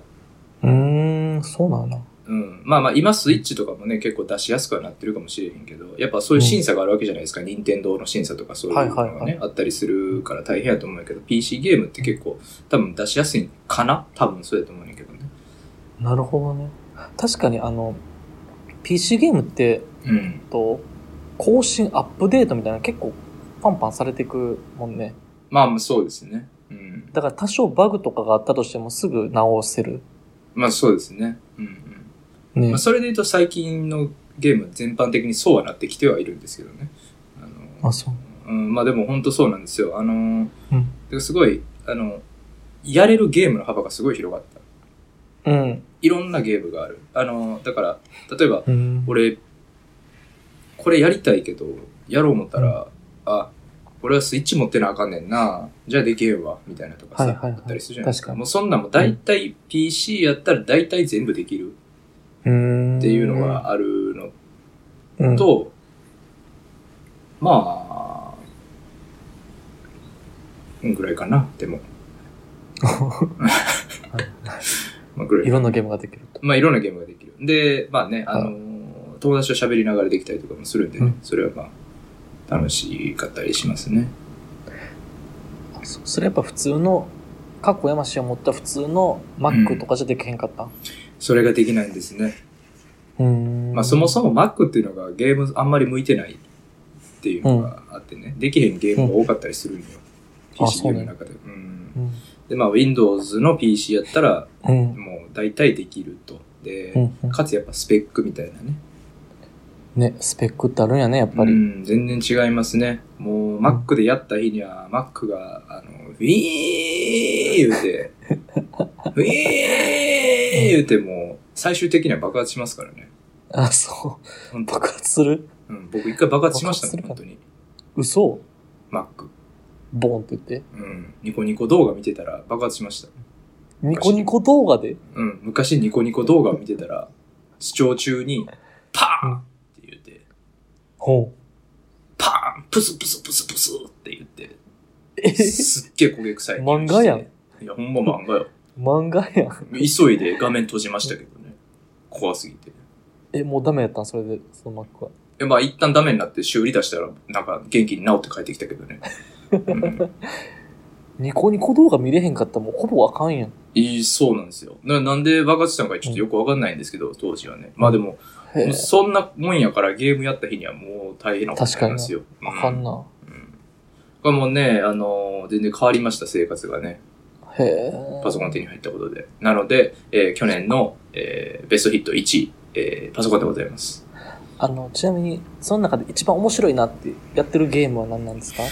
S1: うーん、そうなんだ。
S2: うん。まあまあ、今スイッチとかもね、結構出しやすくはなってるかもしれへんけど、やっぱそういう審査があるわけじゃないですか。任天堂の審査とかそういうのが
S1: はい
S2: ね、
S1: はい
S2: あったりするから大変やと思うんやけど、PC ゲームって結構多分出しやすいかな多分そうやと思うんやけどね。
S1: なるほどね。確かにあの、PC ゲームって、
S2: うん。
S1: と、更新、アップデートみたいなの結構パンパンされてくもんね。
S2: まあまあそうですね。うん。
S1: だから多少バグとかがあったとしてもすぐ直せる。
S2: まあそうですね。うんうん。
S1: ね
S2: まあ、。それで言うと最近のゲーム全般的にそうはなってきてはいるんですけどね。あの
S1: あ、そう。
S2: うん、まあでも本当そうなんですよ。あのー
S1: うん
S2: ですごい、あの、やれるゲームの幅がすごい広がった。
S1: うん。
S2: いろんなゲームがある。あのーだから、例えば、
S1: うん。
S2: 俺、これやりたいけど、やろう思ったら、あ、これはスイッチ持ってなあかんねんな、じゃあできへんわ、みたいなとかさ、
S1: はいはいはい
S2: あったりするじゃないです
S1: 確か
S2: か。
S1: に
S2: もうそんなんも大体 PC やったら大体全部できる
S1: うん。
S2: っていうのがあるの
S1: うん、
S2: と、まあ、うんぐらいかな、
S1: [LAUGHS]
S2: でも。まあ、ぐら
S1: い
S2: い。
S1: ろんなゲームができると。
S2: まあ、いろんなゲームができる。で、まあね、あ
S1: は
S2: のー友達と喋りながらできたりとかもするんでね、
S1: うん
S2: それはまあ、楽しかったりしますね。
S1: あそうそれやっぱ普通の、過去山氏を持った普通の Mac とかじゃできへんかった。
S2: それができないんですね。
S1: うん。
S2: まあ、そもそも Mac っていうのがゲームあんまり向いてないっていうのがあってね、できへんゲームが多かったりするんよ。
S1: うんあ
S2: PC ゲ
S1: そう
S2: ー
S1: ね
S2: ムの中で。うん
S1: うん。
S2: で、まあ、Windows の PC やったら、
S1: うん。
S2: もう大体できると。で
S1: う、ん。うん
S2: かつやっぱスペックみたいなね。
S1: ね、スペックってあるんやね、やっぱり。
S2: うん、全然違いますね。もう Mac でやった日には Mac が、あの、ウィー言うて、ウィー言うてもう最終的には爆発しますからね。
S1: あ、そう。
S2: 本当
S1: 爆発する
S2: うん、僕一回爆発しました
S1: 爆
S2: ね、本
S1: 発
S2: 当に。
S1: 嘘
S2: Mac。
S1: ボーンって言って。
S2: うん。ニコニコ動画見てたら爆発しました。
S1: ニコニコ動画で。
S2: うん。昔ニコニコ動画を見てたら、視聴中に、パーンって言って、
S1: ほう。
S2: パーンプスプスプスプスって言って、
S1: え、 [LAUGHS]
S2: すっげえ焦げ臭い。
S1: 漫画やん。
S2: いや、ほんま漫画よ。
S1: 漫画やん。
S2: 急いで画面閉じましたけどね。怖すぎて。
S1: え、もうダメやったんそれで、その Mac は。
S2: で、まあ一旦ダメになって修理出したら、なんか元気に治って帰ってきたけどね。うん、
S1: ニコニコ動画見れへんかったらもうほぼあかんやん。
S2: いいそうなんですよな。なんで爆発したのかちょっとよくわかんないんですけど、当時はね。まあでも、
S1: へえ。
S2: そんなもんやからゲームやった日にはもう大変なことになりますよ。
S1: あかん
S2: うん
S1: な。
S2: うんこれもね、あの全然変わりました、生活がね。
S1: へえ。
S2: パソコン手に入ったことで。なので、えー去年の、えーベストヒット1、えーパソコンでございます。
S1: あの、ちなみに、その中で一番面白いなってやってるゲームは何なんですか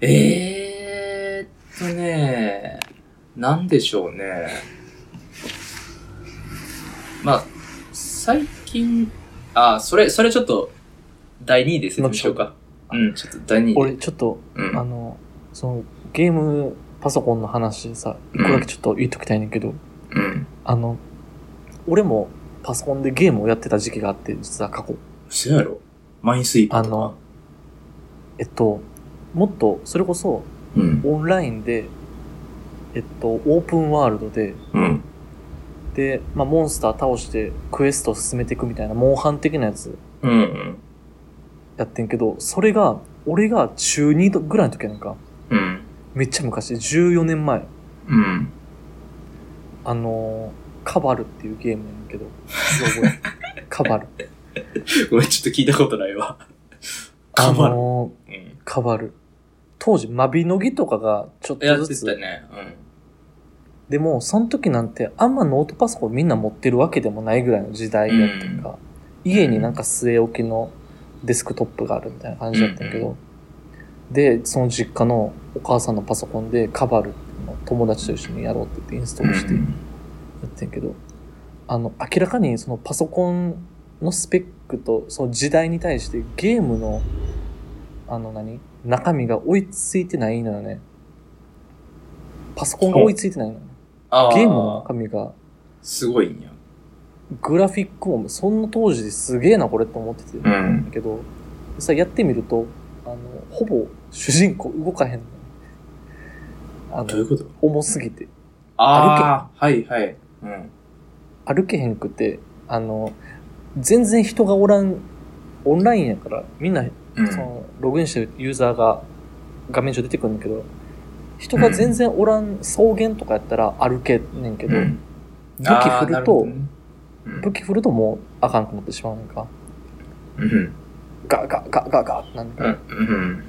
S2: えーっとね、なんでしょうね。まあ、最近、あ、それ、それちょっと、第2位で説明しようか。うん、ちょっと第2位で。
S1: 俺、ちょっと、
S2: うん
S1: あの、その、ゲームパソコンの話さ、一個だけちょっと言っときたいねんだけど、
S2: うん。
S1: あの、俺もパソコンでゲームをやってた時期があって、実は過去。
S2: 嘘やろマインスイーパーとか。
S1: あの、えっと、もっと、それこそ、
S2: うん。
S1: オンラインで、えっと、オープンワールドで、
S2: うん。
S1: で、まあ、モンスター倒してクエスト進めていくみたいな、モンハン的なやつ
S2: うんうん。
S1: やってんけど、それが、俺が中2ぐらいの時やなんか、
S2: うん。
S1: めっちゃ昔、14年前、
S2: うん。
S1: あのー、カバルっていうゲームやねん
S2: [LAUGHS]
S1: けど、すごい覚えてるカバル。
S2: ごめん、ちょっと聞いたことないわ。カバ
S1: あ
S2: ル。
S1: のー
S2: うん。
S1: カバル。当時、マビノギとかがちょっ
S2: や
S1: と
S2: って
S1: ずつ
S2: たね。
S1: でも、その時なんて、あんまノートパソコンみんな持ってるわけでもないぐらいの時代やったから、家になんか据え置きのデスクトップがあるみたいな感じだったんやけど、で、その実家のお母さんのパソコンでカバルっていうのを友達と一緒にやろうって言ってインスト
S2: う
S1: ー
S2: ん。
S1: ルしてやってんけど、あの、明らかにそのパソコンのスペックとその時代に対してゲームの、あの何中身が追いついてないのよね。パソコンが追いついてないのよ。
S2: あ
S1: ゲームの
S2: あ
S1: 中、身が、
S2: すごいんや。
S1: グラフィックも、そんな当時すげえなこれって思ってて、
S2: う
S1: だ
S2: ん。
S1: けど、さ、やってみると、あの、ほぼ主人公動かへんの。あ
S2: どうい
S1: の、
S2: うこと
S1: 重すぎて。
S2: ああ、はいはい。うん。
S1: 歩けへんくて、あの、全然人がおらん、オンラインやから、みんな、
S2: うん
S1: その、ログインしてるユーザーが画面上出てくるんだけど、人が全然おらん草原とかやったら歩けんねんけど、
S2: うん
S1: 武器
S2: あー
S1: 振
S2: な
S1: る
S2: るほ
S1: と
S2: ど、ねうん
S1: 武器振るともうあかんくなってしまうねんか。
S2: うん
S1: ガガガガガってなる
S2: うんうん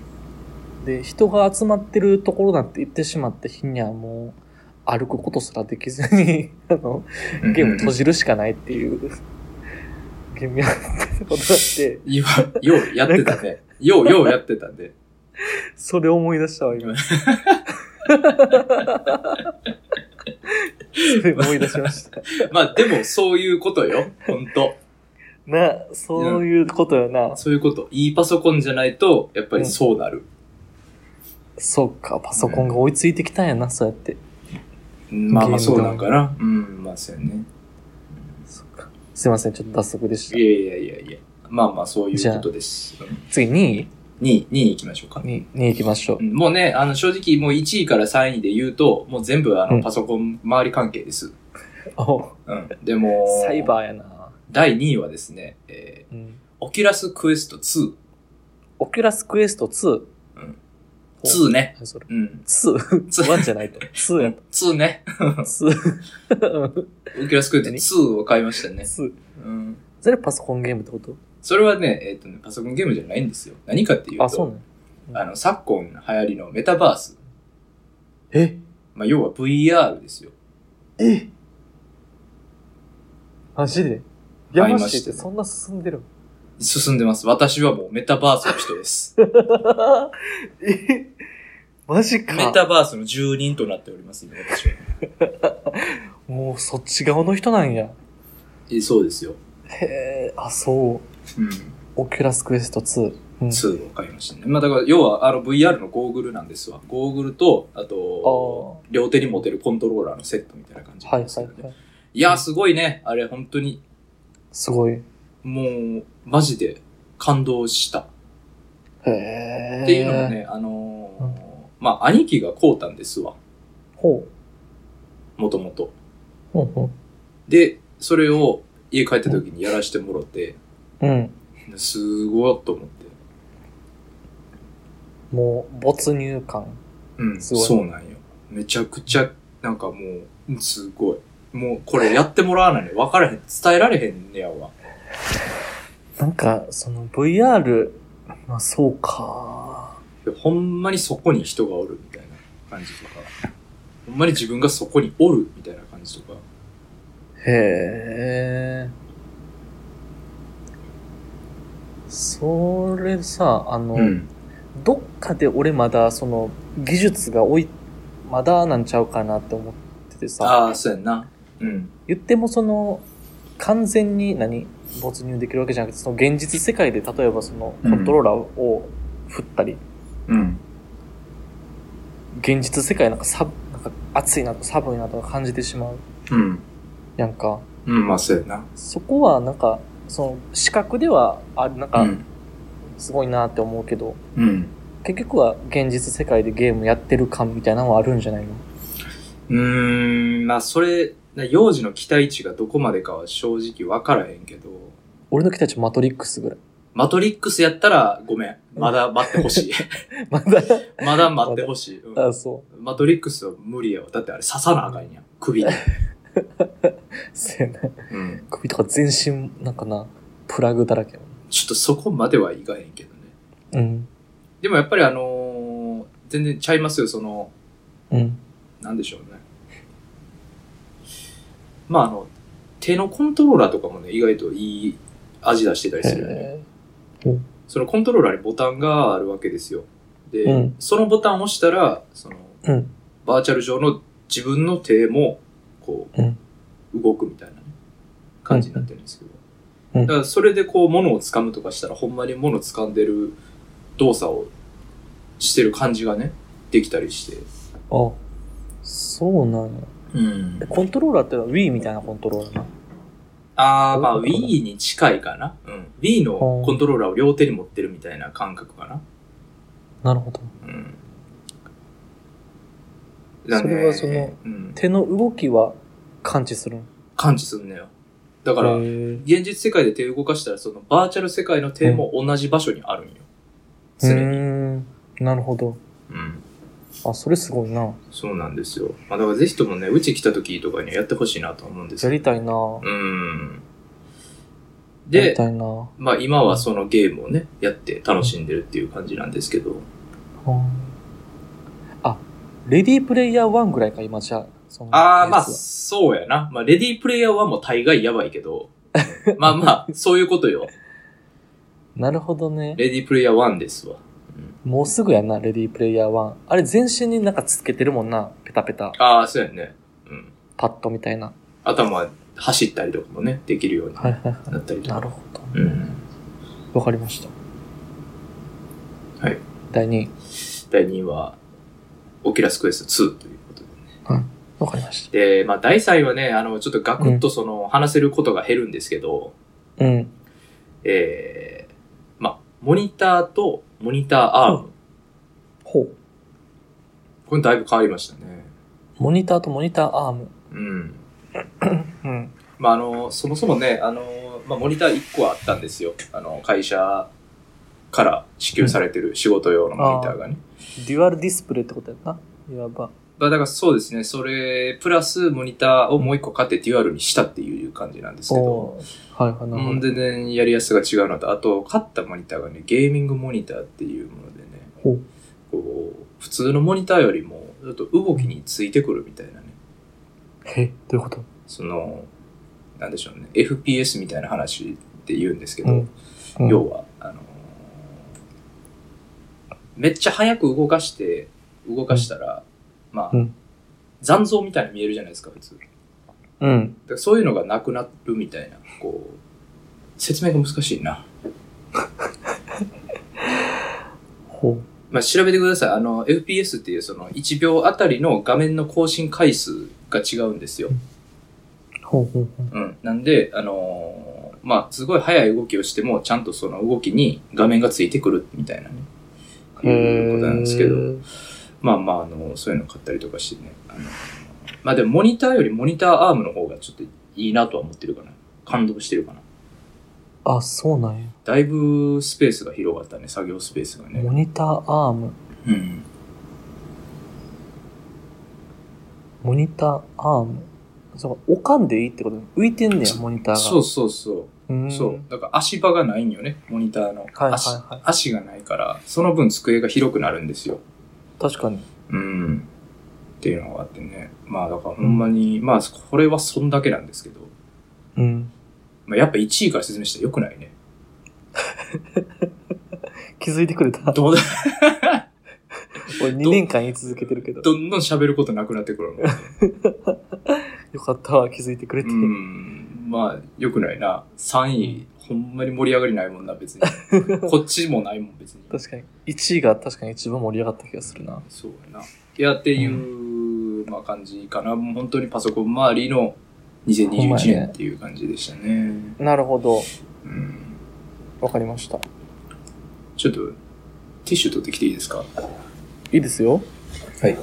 S1: で、人が集まってるところなんて行ってしまった日にはもう、歩くことすらできずに、 [LAUGHS] あの、ゲーム閉じるしかないっていう、ゲームやってたことがあって、
S2: 今、ようやってたね。よう、ようやってたね。
S1: それ思い出したわ、今。それ思い出しました。
S2: まあ、でも、そういうことよ。ほんと。
S1: な、そういうことよな。
S2: そういうこと。いいパソコンじゃないと、やっぱりそうなる。
S1: そっか、パソコンが追いついてきたんやな、そうやって。
S2: まあまあ、そうなんかな。うん、まあ、そうやね。
S1: そっか。すいません、ちょっと脱足でした
S2: い。やいやいやいや。まあまあ、そういうことです。
S1: 次2位
S2: 2位、2位行きましょうか。
S1: に、に行きましょう
S2: う。んもうね、あの、正直、もう1位から3位で言うと、もう全部、あ
S1: う
S2: の、
S1: ん
S2: パソコン周り関係です。
S1: お
S2: うん。でも、
S1: サイバーやな。
S2: 第2位はですね、えー、
S1: うん。
S2: オキュラスクエスト2。
S1: オキュラスクエスト2。
S2: ん
S1: ほう。
S2: 2ね。
S1: 何それ。
S2: うん。
S1: 2。
S2: 2
S1: 1じゃ
S2: [LAUGHS]
S1: ないと。2やっ
S2: 2ね。
S1: た。2。
S2: オキュラスクエスト2を買いましたね。
S1: 2。
S2: うん。
S1: それパソコンゲームってこと
S2: それはね、えっ、とね、パソコンゲームじゃないんですよ。何かっていうと、
S1: あ、そうなの
S2: あの、昨今流行りのメタバース。
S1: え
S2: まあ、要は VR ですよ。
S3: え
S1: マジで
S2: 買い
S1: 山
S2: ました
S1: 市ってそんな進んでる
S2: 進んでます。私はもうメタバースの
S1: [LAUGHS]
S2: 人です。
S1: [LAUGHS] えマジ
S2: メ
S1: か。
S2: タバースの住人となっております、今私は。
S1: もうそっち側の人なんや。
S2: えそうですよ。
S1: へえ、あ、そう。
S2: うん。
S1: オキュラスクエスト2。うん
S2: 2を買いましたね。まあ、だから、要は、あの、VR のゴーグルなんですわ。ゴーグルと、あと、
S1: あ
S2: 両手に持てるコントローラーのセットみたいな感じ
S1: あ。
S2: な
S1: は
S2: ん
S1: い
S2: ですけ
S1: は
S2: どね。
S1: いはい。
S2: いやー、すごいね。あれ、本当に、
S1: すごい。へ
S2: もう、マジで感動した。
S1: え。
S2: っていうのも。ね、あのーまあ、兄貴がこうたんですわ。
S1: ほ
S2: もともと。
S1: う。ほうほ
S2: で、それを家帰った時にやらしてもろって、
S1: う。うん。
S2: すごいと思って。
S1: もう、没入感。
S2: うん、
S1: すごい
S2: そうなんよ。めちゃくちゃ、なんかもう、うんすごい。もう、これやってもらわないね。分からへん。伝えられへんねやわ。
S1: なんか、その VR、まあそうか。
S2: いやほんまにそこに人がおるみたいな感じとか。ほんまに自分がそこにおるみたいな感じとか。
S1: へえ。それさ、あの、
S2: うん。
S1: どっかで俺まだその技術がおい、まだなんちゃうかなって思っててさ、
S2: ああ、そうやんな。うん。
S1: 言ってもその、完全に何没入できるわけじゃなくて、その現実世界で例えばそのコントローラーを振ったり、
S3: うん。
S1: 現実世界なんかさ、なんか暑いなとか寒いなとか感じてしまう
S3: うん。
S1: やんか。
S3: うん、まあ、そうやな。
S1: そこはなんか、その視覚ではある、なん
S3: う
S1: か
S3: ん。
S1: すごいなって思うけど、
S3: うん。
S1: 結局は現実世界でゲームやってる感みたいなのはあるんじゃないの
S2: うーん、まあそれ、な幼児の期待値がどこまでかは正直分からへんけど、
S1: 俺の期待値マトリックスぐらい。
S2: マトリックスやったらごめん。まだ待ってほしい。
S1: まだ、
S2: まだ待ってほしい、うん
S1: あ、そ
S2: マトリックスは無理やわ。だってあれ刺さなあかんやん。首に。
S1: う。せやな。
S2: うん。
S1: 首とか全身、なんかな、プラグだらけやも
S2: ちょっとそこまではいかへんけどね。
S1: ん。
S2: でもやっぱりあのー全然ちゃいますよ。その、
S1: うん。うん。
S2: なんでしょうね。まああの、手のコントローラーとかもね、意外といい味出してたりするよね。
S1: へ
S2: そのコントローラーにボタンがあるわけですよ。で、
S1: うん
S2: そのボタンを押したら、その、
S1: えうん。
S2: バーチャル上の自分の手も、こう、
S1: うん
S2: 動くみたいなね感じになってるんですけど。
S1: うん
S2: だからそれでこう、物を掴むとかしたら、ほんまに物を掴んでる動作をしてる感じがね、できたりして。
S1: あ、そうなんや。
S2: うん
S1: えコントローラーってのは Wii みたいなコントローラーな。
S2: あー、まあ
S1: どういうこと
S2: Wii に近いかな。うん。Wii のコントローラーを両手に持ってるみたいな感覚かな。
S1: なるほど。
S2: うん。
S1: それはその
S2: だねうん、
S1: 手の動きは感知するん
S2: 感知すんのよ。だから、
S1: へー
S2: 現実世界で手動かしたら、そのバーチャル世界の手も同じ場所にあるんよ。
S1: う
S2: 常に。
S1: ーん。なるほど。
S2: うん。
S1: あ、それすごいな。
S2: そうなんですよ。まあ、だからぜひともね、うち来た時とかにはやってほしいなと思うんです
S1: や
S2: けど
S1: りたいな。
S2: うん。
S1: やり
S2: で、
S1: たいな。
S2: まあ今はそのゲームをね、やって楽しんでるっていう感じなんですけど、
S1: うあ、レディープレイヤー1ぐらいか、今じゃあ。その
S2: ああ、まあ、
S1: やつは
S2: そうやな。まあ、レディープレイヤーはもう大概やばいけど。ま
S1: [LAUGHS]
S2: あまあ、そういうことよ。
S1: なるほどね。
S2: レディープレイヤー1ですわ。
S1: もうすぐやな、レディープレイヤー1。あれ、全身になんかつけてるもんな。ペタペタ、
S2: ああ、そうやね。うん。
S1: パッドみたいな。
S2: 頭走ったりとかもね、できるように
S1: はい
S2: な
S1: はいは
S2: ったり
S1: い。
S2: と
S1: な
S2: か。
S1: るほど。
S2: うん。
S1: わかりました。
S2: はい。
S1: 第2位。
S2: 第2位は、オキュラスクエスト2ということ
S1: わかりまし
S2: で。で、まあ、第3位はね、あの、ちょっとガクッとその、話せることが減るんですけど、
S1: た。うん。
S2: えー、まあ、モニターとモニターアーム。
S1: ほう。
S2: これだいぶ変わりましたね。
S1: モニターとモニターアーム。
S2: うん。
S1: うん。
S2: まあ、あの、そもそもね、あの、まあ、モニター1個はあったんですよ。あの、会社から支給されてる仕事用のモニターがね。
S1: デュアルディスプレイってことやな。いわば。
S2: まあ、だからそうですね、それ、プラスモニターをもう1個買ってデュアルにしたっていう感じなんですけど。
S1: おーはいはい、なる
S2: う
S1: ほ
S2: ん、
S1: ど。
S2: 全然やりやすさが違うのと、あと、買ったモニターがね、ゲーミングモニターっていうものでね、
S1: ほう。
S2: こう、普通のモニターよりも、ちょっと動きについてくるみたいなね、
S1: え、どういうこと
S2: その、なんでしょうね、FPS みたいな話って言うんですけど、
S1: うんうん
S2: 要は、あのーめっちゃ早く動かして、動かしたら、まあ、
S1: うん
S2: 残像みたいに見えるじゃないですか、普通。だか
S1: うん。
S2: らそういうのがなくなるみたいな、こう、説明が難しいな。
S1: ほう。
S2: まあ、調べてください。あの、FPS っていうその1秒あたりの画面の更新回数が違うんですよ。
S1: ほうほうほう。
S2: うん。なんで、あのーまあ、すごい速い動きをしても、ちゃんとその動きに画面がついてくるみたいなね。いうことなんですけ
S1: へ
S2: ど。
S1: ー
S2: まあまあ、あの、そういうの買ったりとかしてね。あのまあでも、モニターよりモニターアームの方がちょっといいなとは思ってるかな。感動してるかな。
S1: あ、そうなんや。
S2: だいぶスペースが広がったね、作業スペースがね。
S1: モニターアーム。
S2: うん。
S1: モニターアーム。そうか、置かんでいいってことね浮いてんねや、モニターが。
S2: そうそうそう。
S1: うーん。
S2: そう。だから足場がないんよね、モニターの。
S1: はいはいはい
S2: 足足がないから、その分机が広くなるんですよ。
S1: 確かに。
S2: うん。っていうのがあってね。まあだからほんまに、まあこれはそんだけなんですけど、
S1: うん。
S2: まあ、やっぱ1位から説明したらよくないね。
S1: 気づいてくれた。
S2: どうだ、
S1: 俺2年間言い続けてるけど。
S2: [LAUGHS] どんどん喋ることなくなってく
S1: [LAUGHS]
S2: るの。
S1: よかったわ、気づいてくれて。
S2: うん。まあ、よくないな。3位、ほんまに盛り上がりないもんな、
S1: [LAUGHS]
S2: 別に。こっちもないもん、別に。
S1: 確かに。1位が確かに一番盛り上がった気がするな。
S2: そうやな。いや、っていう、まあ、感じかな。もう本当にパソコン周りの
S1: ほん
S2: 2021
S1: まや
S2: 年
S1: ね
S2: っていう感じでしたね。
S1: なるほど。
S2: うん、
S1: わかりました。い
S2: ちょっと、ティッシュ取ってきていいですか
S1: いですよ。
S3: はい。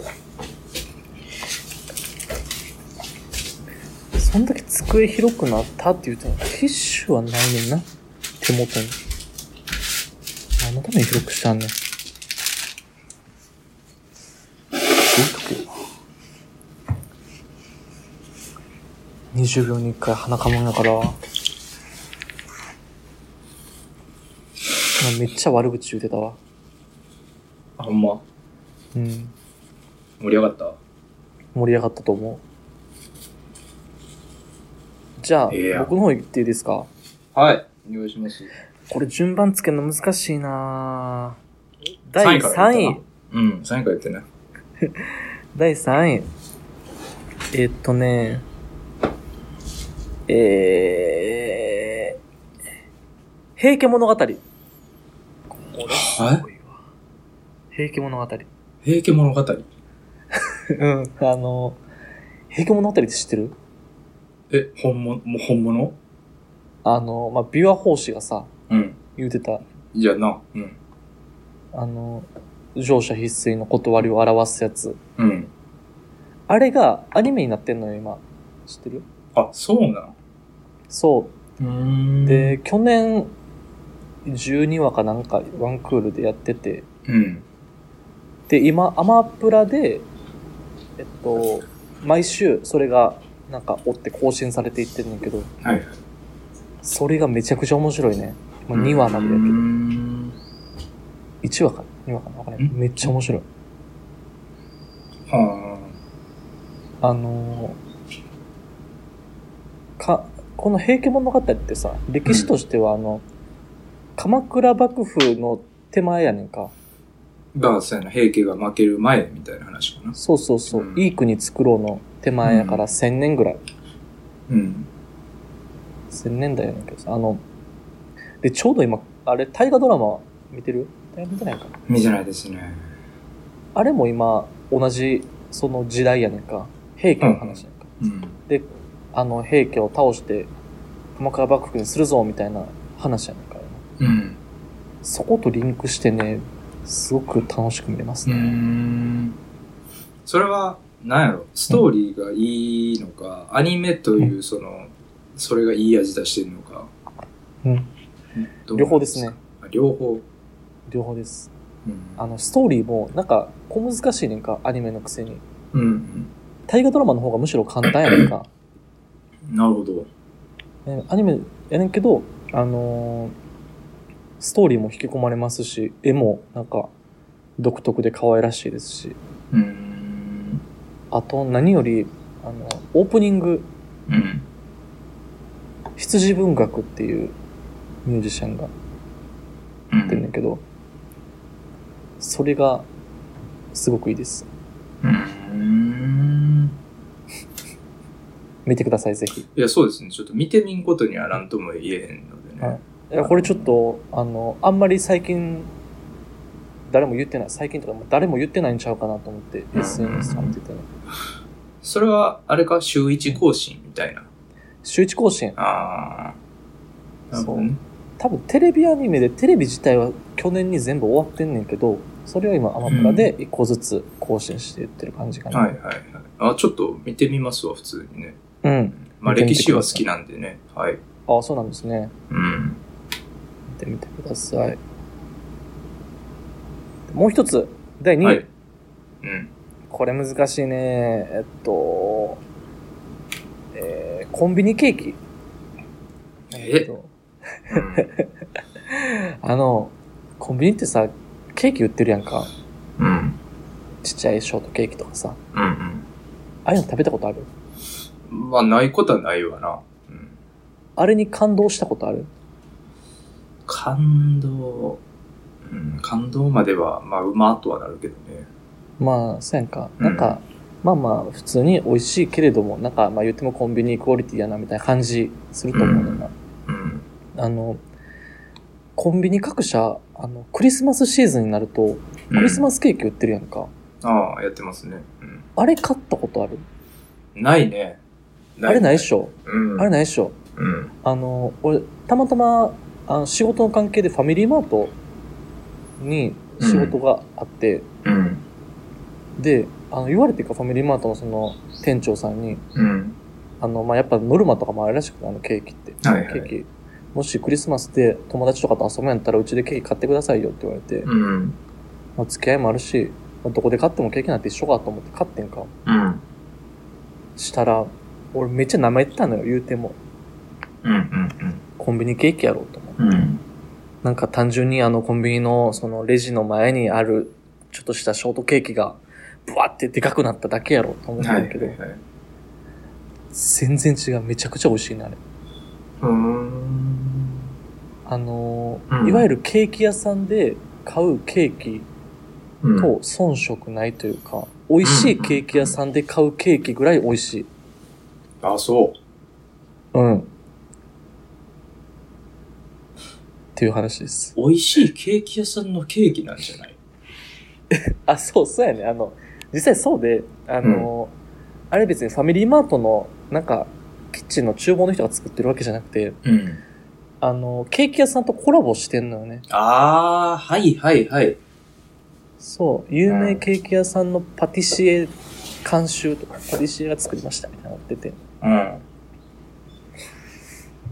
S1: そんだけ机広くなったって言っても、ティッシュはないねんな。手元に。何のために広くしたんねん。どういうとこ20秒に1回鼻かむんやから。今めっちゃ悪口言うてたわ。
S2: あ、ほんま。
S1: うん。
S2: 盛り上がった
S1: 盛り上がったと思う。じゃあ
S2: いや、
S1: 僕の方行っていいですか
S2: はい。お願いします。
S1: これ順番つけるの難しいなぁ
S2: 三
S1: 第
S2: 位か
S1: 3
S2: ら言
S1: 位
S2: った。な。うん、3位からやってね。
S1: 第3位。えーっとね、えー、平家物語。これす
S2: はい
S1: ごいわ。平家物語。
S2: 平家物語。
S1: うん。あの、平家物語って知ってる
S2: え、本物もう本物
S1: あの、まあ、琵琶法師がさ、
S2: うん。
S1: 言うてた、
S2: じゃあな。うん。
S1: あの、乗車必須の断りを表すやつ。
S2: うん。
S1: あれがアニメになってんのよ、今。知ってる
S2: あ、そうな
S1: そ
S2: ん
S1: う。、で、去年、12話かなんか、ワンクールでやってて、
S2: うん。
S1: で、今、アマプラで、えっと、毎週、それが、なんか、追って更新されていってんねんけど、
S2: はい。
S1: それがめちゃくちゃ面白いね。まあ、2話までやけど、
S2: うん
S1: 1話か。今かなわかんない。めっちゃ面白い。
S2: は
S1: あのーか、この平家物語ってさ、歴史としてはあの、鎌倉幕府の手前やねんか。
S2: あ。が、そうやな、平家が負ける前みたいな話かな。
S1: そうそうそう、
S2: うん
S1: いい国作ろうの手前やから
S2: うん
S1: 1000年ぐらい。
S2: うん。
S1: 1000年代やねんけどさ、あの、で、ちょうど今、あれ、大河ドラマ見てる大河見てないかな。
S2: 見てないですね。
S1: あれも今、同じ、その時代やねんか。平家の話やねんか。
S2: うん。
S1: あの、平家を倒して、鎌倉幕府にするぞ、みたいな話やねんか。
S2: うん。
S1: そことリンクしてね、すごく楽しく見れます
S2: うー
S1: ね。
S2: ん。それは、なんやろ、ストーリーがいいのか、アニメという、その、それがいい味出してるのか。
S1: うん
S2: どうなんか
S1: 両方ですね。。
S2: あ両方。
S1: 両方です。
S2: うん
S1: あの、ストーリーも、なんか、小難しいねんか、アニメのくせに。
S2: うん。
S1: 大河ドラマの方がむしろ簡単やねん
S2: [COUGHS]
S1: か。
S2: うんなるほど。
S1: ねアニメやねんけど、あのーストーリーも引き込まれますし、絵も、なんか、独特で可愛らしいですし。
S2: うん。
S1: あと、何より、あの、オープニング、
S2: うん。
S1: 羊文学っていうミュージシャンがや
S2: う
S1: ってんねんけど、それが、すごくいいです。
S2: うん。
S1: 見てください、ぜひ。
S2: いや、そうですね。ちょっと見てみんことには何とも言えへんのでね。
S1: はいいや、これちょっと、あの、あんまり最近、誰も言ってない、最近とかもう誰も言ってないんちゃうかなと思って、
S2: ん
S1: SNS とか見ててね。
S2: それは、あれか、週一更新みたいな。
S1: 週一更新。
S2: ああ。なるほどね。
S1: 多分テレビアニメで、テレビ自体は去年に全部終わってんねんけど、それは今アマプラで一個ずつ更新していってる感じかな。
S2: はいはいはい。あ、ちょっと見てみますわ、普通にね。
S1: うん。
S2: まあ、
S1: 見てみ
S2: 歴
S1: て
S2: 史
S1: くだ
S2: は好
S1: さい
S2: きなんでね。はい。
S1: ああ、そうなんですね。
S2: うん。
S1: 見てみてください。もう一つ、第2位。
S2: はい。うん。
S1: これ難しいね。えっと、えー、コンビニケーキ。
S2: え
S1: っと
S2: うん
S1: あの、コンビニってさ、ケーキ売ってるやんか。
S2: うん。
S1: ちっちゃいショートケーキとかさ。
S2: うん。
S1: ああいうの食べたことある
S2: うん。まあ、ないことはないわな。うん。
S1: あれに感動したことある
S2: 感動。うん、感動までは、まあ、うまとはなるけどね。
S1: まあ、そうやんか。なんか、まあまあ、普通に美味しいけれども、なんか、まあ言ってもコンビニクオリティやな、みたいな感じすると思うねんな。
S2: うん。
S1: あの、コンビニ各社、あの、クリスマスシーズンになると、クリスマスケーキ売ってるやんか。
S2: スああ、やってますね。うん。
S1: あれ買ったことある
S2: ないね。
S1: あれないっしょ
S2: うん。
S1: あれないっしょ
S2: うん。
S1: あの、俺、たまたま、あの、仕事の関係でファミリーマートに仕事があって、
S2: うん。
S1: で、あの、言われてか、ファミリーマートのその、店長さんに、
S2: うん。
S1: あの、まあ、やっぱノルマとかもあるらしくて、あの、ケーキって。
S2: はいはい
S1: ケーキ、もしクリスマスで友達とかと遊ぶんやったら、うちでケーキ買ってくださいよって言われて、
S2: うん。
S1: まあ、付き合いもあるし、まあ、どこで買ってもケーキなんて一緒かと思って買ってんか。
S2: うん。
S1: したら、俺めっちゃ名前言ってたのよ、言うても。
S2: うん。
S1: コンビニケーキやろうと思って
S2: うん。うん。
S1: なんか単純にあのコンビニのそのレジの前にあるちょっとしたショートケーキがブワってでかくなっただけやろと思っ
S2: は
S1: た
S2: い
S1: んだけど、
S2: はいはい。
S1: 全然違う。めちゃくちゃ美味しいね、あれ。
S2: うーん。
S1: あのー
S2: うん
S1: いわゆるケーキ屋さんで買うケーキ
S2: うん
S1: と遜色ないというか、美味しいケーキ屋さんで買うケーキぐらい美味しい。
S2: あ、そう。
S1: うん。っていう話です。
S2: 美味しいケーキ屋さんのケーキなんじゃない
S1: あ、そう、そうやね。あの、実際そうで、あの、あれ別にファミリーマートの、なんか、キッチンの厨房の人が作ってるわけじゃなくて、
S2: うん。
S1: あの、ケーキ屋さんとコラボしてんのよね。
S2: ああ、はいはいはい。
S1: そう、有名ケーキ屋さんのパティシエ監修とか、パティシエが作りましたみたいなのやってて。
S2: うん。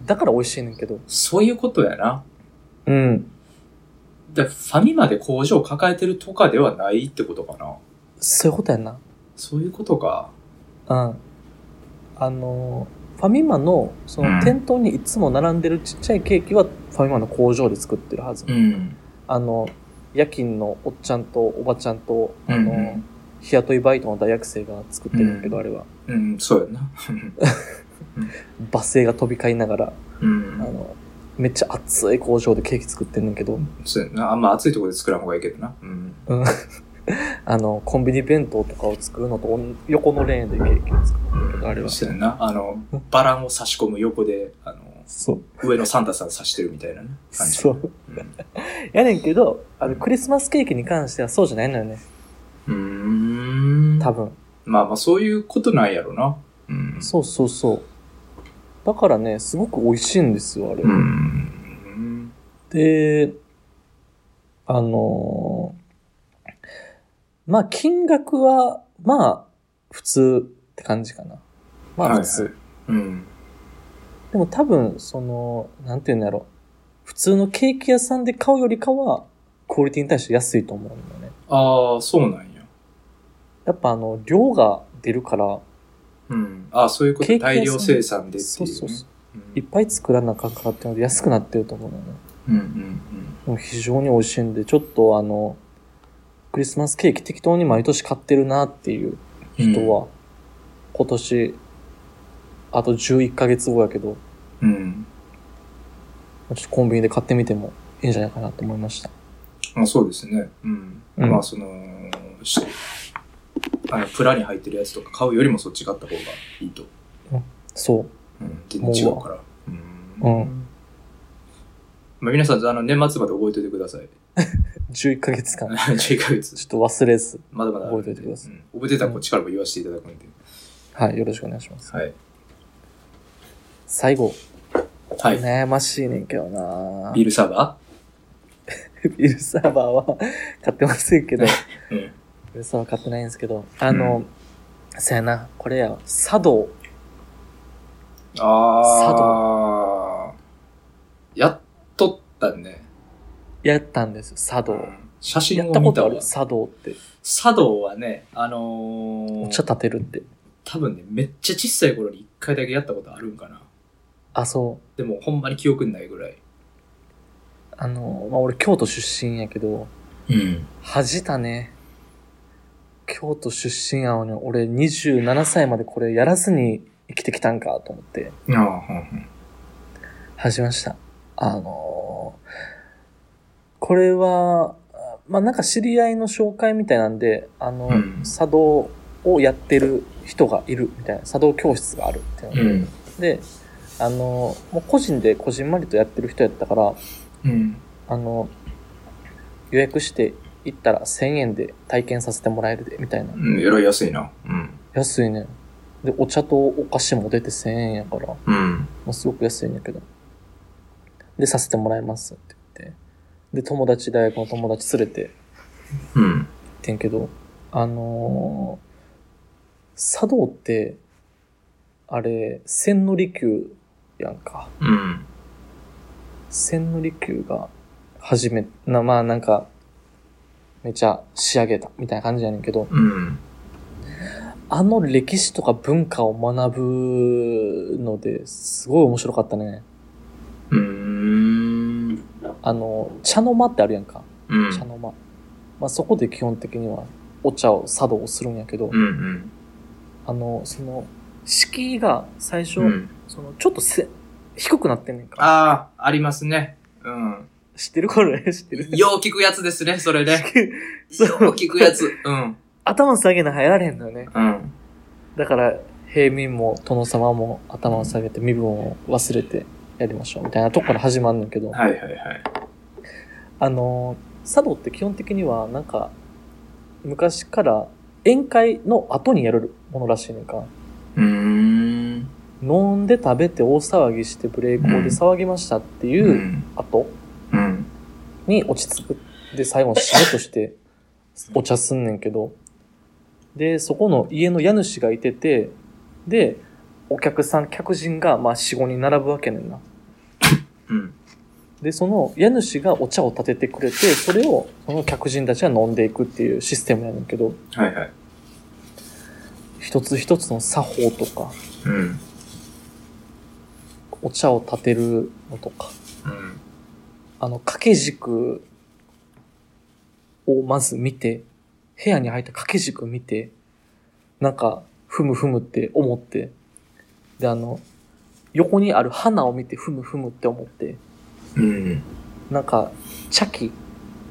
S1: だから美味しいねんけど。
S2: そういうことやな。
S1: うん。
S2: だファミマで工場抱えてるとかではないってことかな。
S1: そういうことやんな。
S2: そういうことか。
S1: うん。あの、ファミマの、その店頭にいつも並んでるちっちゃいケーキは、ファミマの工場で作ってるはず。
S2: ん。
S1: あの、夜勤のおっちゃんとおばちゃんと、あ
S2: うん
S1: の、
S2: うん
S1: 日雇いバイトの大学生が作ってるんだけど、
S2: うん
S1: あれは、
S2: うん、そう [LAUGHS] やな。
S1: 罵声が飛び交いながら、
S2: う
S1: あ
S2: ん。
S1: の、めっちゃ熱い工場でケーキ作ってんねんけど、
S2: そうやな。あんま暑いところで作らん方がいいけどな。うん。
S1: [LAUGHS] あの、コンビニ弁当とかを作るのとおん横のレーンでケーキを作るんだけど、あれは。
S2: そうやな。あの、バランを差し込む横で、あの、
S1: そう。
S2: 上のサンタさん差してるみたいなね。感じ。
S1: そう。やねんけど、あの、クリスマスケーキに関してはそうじゃないのよね。
S2: うん。うーん。
S1: 多分。
S2: まあまあ、そういうことなんやろな。うん。
S1: そうそうそう。だからね、すごく美味しいんですよ、あれ。
S2: うん。
S1: で、あのーまあ、金額は、まあ、普通って感じかな。まあ、普通。
S2: はいうん。
S1: でも多分、その、なんていうんだろう。普通のケーキ屋さんで買うよりかは、クオリティに対して安いと思うんだよね。
S2: ああ、そうなんや。
S1: やっぱあの、量が出るから、
S2: うん。ああ、そういうこ
S1: ケー
S2: と。
S1: キ屋さん
S2: 大量生産でって
S1: そ
S2: いうう、ね。
S1: そうそう。
S2: うん
S1: いっぱい作らなあかんからっていうので安くなってると思うのよね。
S2: うんうん
S1: もう非常に美味しいんで、ちょっとあの、クリスマスケーキ適当に毎年買ってるなっていう
S2: うん。
S1: 人は、今年、あと11ヶ月後やけど、
S2: うん。
S1: ちょっとコンビニで買ってみてもいいんじゃないかなと思いました。
S2: まあそうですね。うん。
S1: うん
S2: まあその、しあの、プラに入ってるやつとか買うよりもそっち買った方がいいと。
S1: そう。
S2: うん。全然違うから。う。
S1: うん
S2: まあ皆さん、あの、年末まで覚えておいてください。
S1: 11ヶ月間。
S2: [LAUGHS] 11ヶ月
S1: ち。ょっと忘れず。
S2: まだまだ。
S1: 覚えておいてください
S2: うん覚えてたらこっちからも言わせていただくんで。
S1: はい、よろしくお願いします。
S2: はい。
S1: 最後、
S2: はい。
S1: 悩ましいねんけどな
S2: ビールサーバ
S1: ビールサーバーは [LAUGHS] 買ってませんけど、
S2: ーうん。
S1: ビールサーバー買ってないんですけど、あの、そやな、これや、茶道。
S2: ああ。やっとったね。
S1: やったんです、茶道。
S2: 写
S1: やっ
S2: 真を
S1: たこ
S2: 見
S1: と
S2: た
S1: あ
S2: わ
S1: る。茶道って。
S2: 茶道はね、あの
S1: お
S2: ー、
S1: 茶立てるって。
S2: 多分ね、めっちゃ小さい頃に一回だけやったことあるんかな。
S1: あ、そ
S2: でも、ほんまに記憶にないぐらい。
S1: う。あの、まあ、俺京都出身やけど、
S2: うん。
S1: 恥じたね。京都出身やのに、俺27歳までこれやらずに生きてきたんかと思って、
S2: ああ、うん
S1: 恥じました。あのーこれは、あまあ、なんか知り合いの紹介みたいなんで、あの、
S2: うん
S1: 茶道をやってる人がいるみたいな、茶道教室があるっていうので、
S2: う
S1: で、
S2: ん。
S1: あの、もう個人でこじんまりとやってる人やったから、
S2: うん。
S1: あの、予約して行ったら1000円で体験させてもらえるで、みたいな。
S2: うん。えらい安いな。うん。
S1: 安いねん。で、お茶とお菓子も出て1000円やから、も
S2: うん。
S1: うすごく安いんやけど。で、させてもらいますって言って。で、友達、大学の友達連れて行
S2: うん。
S1: ってんけど、あのー、茶道って、あれ、千利休やんか。
S2: うん。
S1: 千利休が初め、な、まあなんか、めちゃ仕上げたみたいな感じやねんけど、
S2: うん。
S1: あの歴史とか文化を学ぶのですごい面白かったね。
S2: うーん。
S1: あの、茶の間ってあるやんか。
S2: うん。
S1: 茶の間。まあそこで基本的にはお茶を、茶道をするんやけど、
S2: うん。うん。
S1: あの、その、敷居が最初、
S2: うん。
S1: その、ちょっとせ、低くなってんねんか。
S2: ああ、ありますね。うん。
S1: 知ってるこれ [LAUGHS] 知ってる
S2: よう聞くやつですね、それね。
S1: そう
S2: よう聞くやつ。うん。
S1: [LAUGHS] 頭下げな入られへんのよね。
S2: うん。
S1: だから、平民も殿様も頭を下げて身分を忘れてやりましょうみたいなとこから始まるんだけど、
S2: はいはいはい。
S1: あのー、茶道って基本的にはなんか、昔から宴会の後にやるものらしいねんか。
S2: うーん。
S1: 飲んで食べて大騒ぎしてブレイクで騒ぎましたって
S2: う。
S1: いうん後
S2: うん。
S1: に落ち着く。で、最後の締めとしてお茶すんねんけど。で、そこの家の家主がいてて、で、お客さん、客人が、まあ、4、5人並ぶわけねんな。
S2: うん。
S1: で、その家主がお茶を立ててくれて、それをその客人たちが飲んでいくっていうシステムやねんけど、
S2: はいはい。
S1: 一つ一つの作法とか、
S2: うん。
S1: お茶を立てるのとか、
S2: うん。
S1: あの、掛け軸をまず見て、部屋に入った掛け軸見て、なんか、ふむふむって思って、で、あの、横にある花を見て、ふむふむって思って、
S3: うん。
S1: なんか、茶器、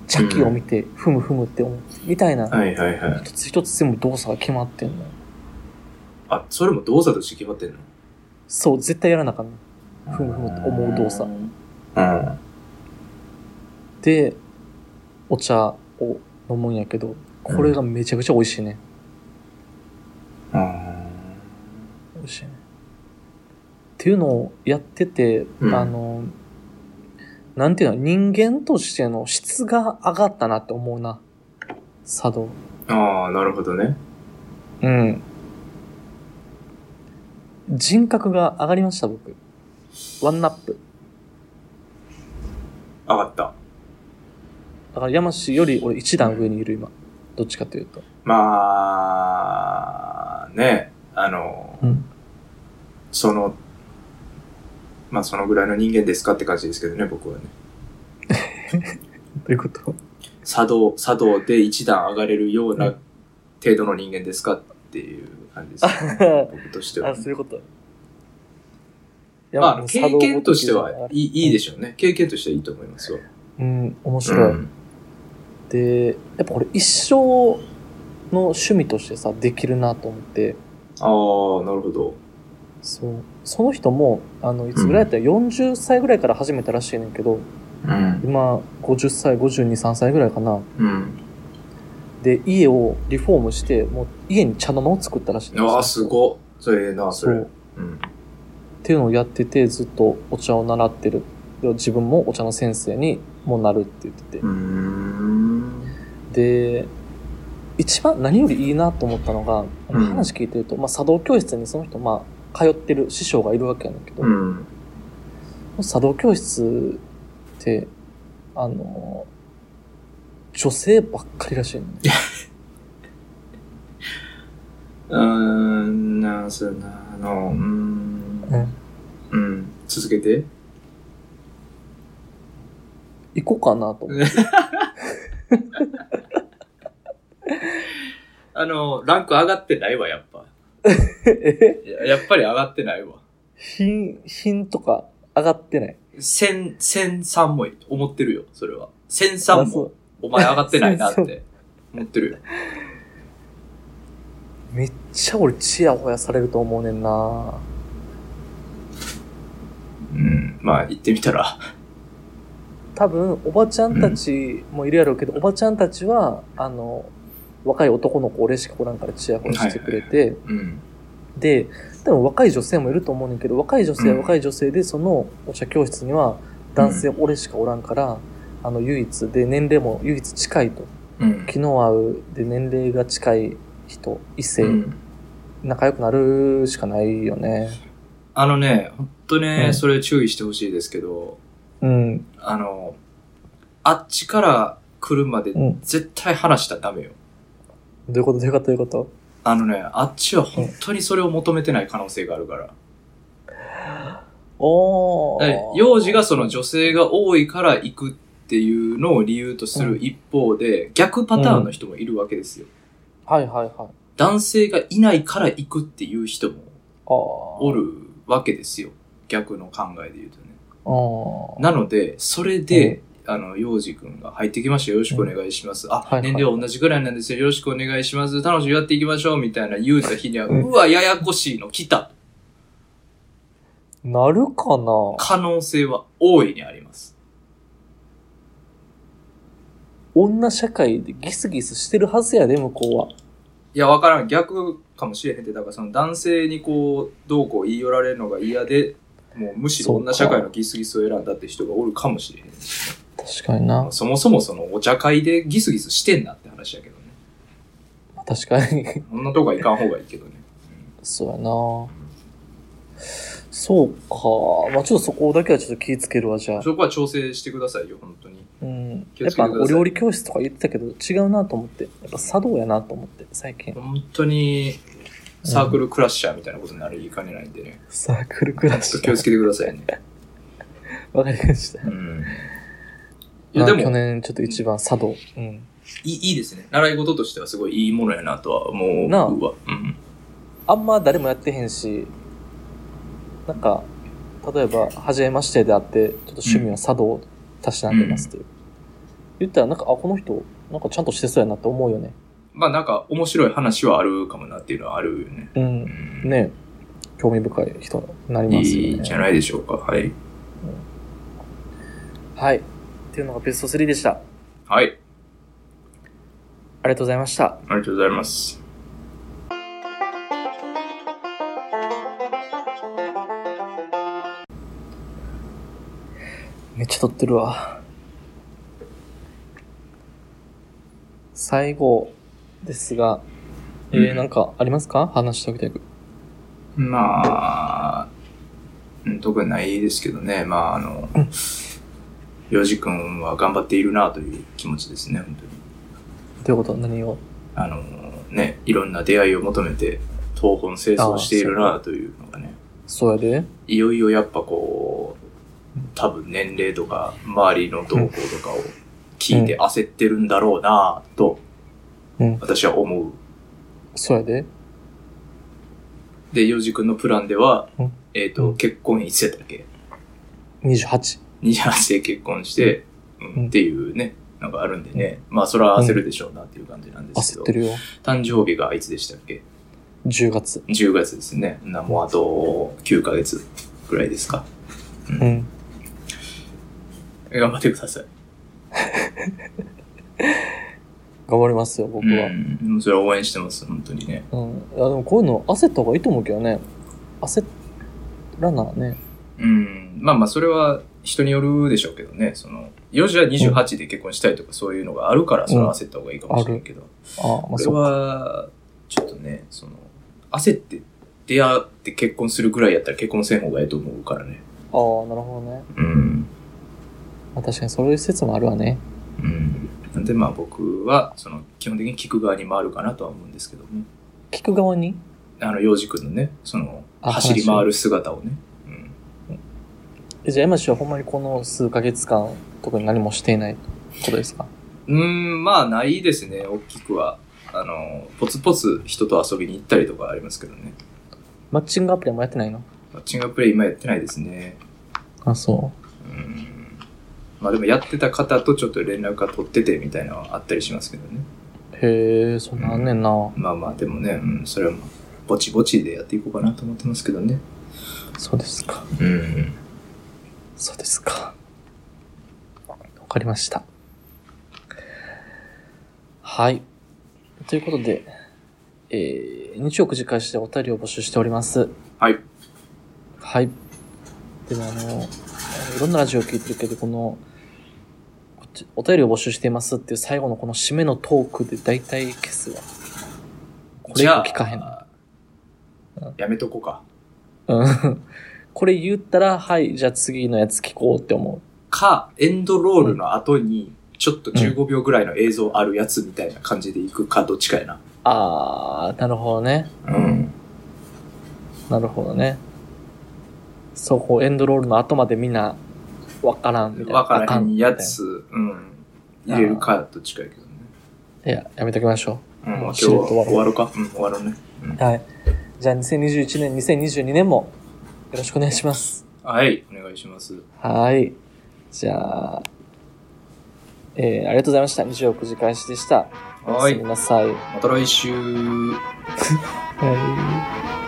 S1: 茶器を見て、ふむふむって思って、みたいな、
S3: はいはいはい。
S1: 一つ一つ全部動作が決まってんの。
S2: あ、それも動作として決まってんの
S1: そう、絶対やらなあかんの。ふむふむって思う動作。
S3: うん。
S1: で、お茶を飲むんやけど、これがめちゃくちゃ美味しいね。
S3: うん。
S1: 美味しいね。っていうのをやってて、
S3: うん
S1: あの、なんていうの、人間としての質が上がったなって思うな。茶道。
S3: ああ、なるほどね。
S1: うん。人格が上がりました、僕。ワンナップ。
S3: 上がった。
S1: だから山氏より俺一段上にいる今。どっちかというと。
S3: まあ、ね、あの、
S1: うん
S3: その、まあそのぐらいの人間ですかって感じですけどね、僕はね。
S1: という [LAUGHS] こと
S3: 茶道、茶道で一段上がれるよう
S1: う
S3: なん程度の人間ですかっていう感じです、
S1: [LAUGHS]
S3: ね、僕として
S1: あ、
S3: は。
S1: そういうこと。
S2: まあ、経験として
S1: いやも
S2: は
S1: う茶道ごときじゃない
S2: いいいいでしょうね。経験としてはいいと思いますよ。
S1: うん、面白い。
S3: うん
S1: で、やっぱこれ一生の趣味としてさ、できるなと思って、
S3: ああ、なるほど。
S1: そう。その人も、あの、いつぐらいやったら40歳ぐらいから始めたらしいねんけど、
S3: うん。
S1: 今、50歳、52、3歳ぐらいかな。
S3: うん。
S1: で、家をリフォームして、もう家に茶の間を作ったらしいんです
S3: ああ、すごっ。それええな、そ
S1: そ
S3: れ。
S1: う。
S3: うん。
S1: っていうのをやってて、ずっとお茶を習ってる。で自分もお茶の先生にもなるって言って
S3: う
S1: て。
S3: ーん。
S1: で、一番何よりいいなと思ったのが、あの
S3: うん
S1: 話聞いてると、まあ、茶道教室にその人、まあ、通ってる師匠がいるわけやねんけど、
S3: うん。
S1: 茶道教室って、あの、女性ばっかりらしいのね。
S3: うーん、なそうやな、あの、うーん。うん。続けて。
S1: 行こうかなと思って。
S2: あの、ランク上がってないわ、やっぱ。
S1: え
S2: ややっぱり上がってないわ。
S1: 品、品とか上がってない。
S2: 千、千三も思ってるよ、それは。千三
S1: あそ
S2: も
S1: う、
S2: お前上がってないなっ
S1: 千 [LAUGHS]
S2: て思ってるよ。
S1: めっちゃ俺チヤホヤされると思うねんな
S3: うん。
S2: まあ、行ってみたら。
S1: 多分、おばちゃんたちもいるやろうけど、おばちゃんたちは、あの、若い男の子俺しかおらんからチヤホヤしてくれて、
S3: うん。
S1: で、多分若い女性もいると思うねんだけど、若い女性は
S3: うん
S1: 若い女性で、そのお茶教室には男性俺しかおらんから、あの、唯一で、年齢も唯一近いと。
S3: うん。
S1: 昨日会うで、年齢が近い人、異性、
S3: うん
S1: 仲良くなるしかないよね。
S2: あのね、ほんとね、
S1: うん
S2: それ注意してほしいですけど、
S1: うん。
S2: あの、あっちから来るまで
S1: うん
S2: 絶対話したらダメよ。
S1: どういうことどういうことどういうこと
S2: あのね、あっちは本当にそれを求めてない可能性があるから。
S1: お
S2: だから
S1: ー。
S2: 幼児がその女性が多いから行くっていうのを理由とする一方で、逆パターンの人もいるわけですよ。
S1: はいはいはい。
S2: 男性がいないから行くっていう人も
S1: ああ。
S2: おるわけですよ。逆の考えで言うとね。
S1: ああ。
S2: なので、それで、あの、幼児くんが入ってきましたよ。よろしくお願いします。あ、
S1: はいはい
S2: 年齢は同じぐらいなんですよ。よろしくお願いします。楽しくやっていきましょう。みたいな言うた日には、
S1: うん
S2: うわ、ややこしいの来た。
S1: なるかな
S2: 可能性は大いにあります。
S1: 女社会でギスギスしてるはずやで、向こうは。
S2: いや、わからん。逆かもしれへんって、だからその男性にこう、どうこう言い寄られるのが嫌で、もうむしろ
S1: そうか
S2: 女社会のギスギスを選んだって人がおるかもしれへん。
S1: 確かにな。
S2: [LAUGHS] そもそもそのお茶会でギスギスしてんなって話やけどね。
S1: 確かに。 [LAUGHS]
S2: そんなとこは行かん方がいいけどね。
S1: そうやなそうか。まあちょっとそこだけはちょっと気ぃつけるわ、じゃあ。
S2: そこは調整してくださいよ、本当に。
S1: うん。
S2: 気
S1: や
S2: を
S1: っ
S2: つけ
S1: ぱ
S2: てく
S1: あの
S2: ださい
S1: お料理教室とか言ってたけど、違うなと思って。やっぱ茶道やなと思って、最近。
S2: 本当に、サークルクラッシャーみたいなことになりかねないんでね。
S1: サークルクラッ
S2: ちょ
S1: シ
S2: っと気を
S1: ュ。
S2: つけてくださいね。
S1: わかりました。
S2: うん。い
S1: ま
S2: や、
S1: あ
S2: で
S1: 去
S2: も、
S1: 年ちょっと一番茶道。うん。
S2: いいいいですね。習い事としてはすごいいいものやなとは思う
S1: なあ
S2: 僕は。うん。
S1: あんま誰もやってへんし、なんか、例えば、初めましてであって、ちょっと趣味は茶道をたしなんでますっていう。言ったら、なんか、あ、この人、なんかちゃんとしてそうやなって思うよね。
S2: まあなんか面白い話はあるかもなっていうのはあるよね。
S1: うん
S2: う。ん
S1: ね興味深い人になります
S2: い
S1: よ
S2: いん
S1: ね
S2: じ。ゃないでしょうか。はい。
S1: はい。っていうのがベスト3でした。あ
S2: はい。
S1: りがとうございました。
S2: ありがとうございます。
S1: めっちゃ撮ってるわ。最後ですが、えー
S2: うん
S1: なんかありますか話しておきたいこと。
S2: まあ、うん特にないですけどね。まああの、ヨジ君は頑張っているなという気持ちですね、本当に。
S1: どういうこと何を
S2: あのね、いろんな出会いを求めて、東奔清掃しているなというのがね、
S1: そうやで
S2: いよいよやっぱこう、多分年齢とか、周りの動向とかを聞いて焦ってるんだろうなと
S1: うん、
S2: 私は思う。
S1: そうやで
S2: で、ヨジ君のプランでは
S1: うん、
S2: えっ、
S1: う
S2: と、
S1: ん
S2: 結婚いつやったっけ
S1: ?28。
S2: ?28 で結婚して、う
S1: う
S2: ん
S1: ん
S2: っていうね、のがあるんでね、まあそれは焦るでしょうなっていう感じなんですけ
S1: 焦
S2: ど
S1: って、るよ。
S2: 誕生日がいつでしたっけ
S1: 10月。
S2: 10月ですね。なもうあと9ヶ月ぐらいですか。
S1: うん。
S2: 頑張ってください。
S1: 頑張りますよ、僕は。
S2: うん、それは応援してます、本当にね。
S1: うん。いや、でもこういうの焦った方がいいと思うけどね。焦らなね。
S2: うん、まあまあそれは人によるでしょうけどね。その、4時は28で結婚したいとかそういうのがあるから、それは焦った方がいいかもしれないけど、
S1: ああ、まあ
S2: これ
S1: そうか。
S2: は、ちょっとね、その、焦って出会って結婚するぐらいやったら結婚せん方がいいと思うからね。
S1: ああ、なるほどね。
S2: うん。
S1: まあ、確かにそういう説もあるわね。
S2: うん。なんでまあ僕は、その、基本的に聞く側に回るかなとは思うんですけども。
S1: 聞く側に
S2: あの、幼児くんのね、その、
S1: あ
S2: 走り回る姿をね。うん。
S1: えじゃあ、山氏はほんまにこの数ヶ月間、特に何もしていないことですか
S2: うーん、まあ、ないですね、大きくは。あの、ポツポツ人と遊びに行ったりとかありますけどね。
S1: マッチングアプリもやってないの
S2: マッチングアプレイ今やってないですね。
S1: あ、そ
S2: うん。まあでもやってた方とちょっと連絡が取っててみたいなのはあったりしますけどね。
S1: う。へえ、そんなんあんねんな。
S2: まあまあでもね、うん、それはまあ、ぼちぼちでやっていこうかなと思ってますけどね。
S1: そうですか。
S2: うん。
S1: そうですか。わかりました。はい。ということで、えー、日曜9時開始でお便りを募集しております。
S2: はい。
S1: はい。でもあの、いろんなラジオを聞いてるけど、この、こっちお便りを募集していますっていう最後のこの締めのトークで大体消すわ。これ以
S2: じ
S1: 降
S2: ゃあ
S1: 聞かへんな。
S2: やめとこうか。
S1: うん。これ言ったら、はい、じゃあ次のやつ聞こうって思
S2: か、エンドロールの後に、ちょっと15秒ぐらいの映像あるやつみたいな感じでいくか、どっちかやな。
S1: う。あー、なるほどね。
S2: うん。
S1: なるほどね。そう、こう、エンドロールの後までみんな、わからんみたいな。
S2: わからへんや
S1: あかんみ
S2: つ、うん。入れるか、どっちかやけどね。
S1: たいな。いや、やめときましょ
S2: うん、もう今
S1: し
S2: 日
S1: れっと
S2: は
S1: 終わろう
S2: 終わろうか。うん、終わろうね。うん
S1: う。はい。じゃあ、2021年、2022年も、よろしくお願いします。
S2: はい、お願いします。
S1: はい。じゃあ、えー、ありがとうございました。日曜9時開始でした。お
S2: は
S1: やす
S2: い
S1: み、なさい。
S2: また来週。
S1: はい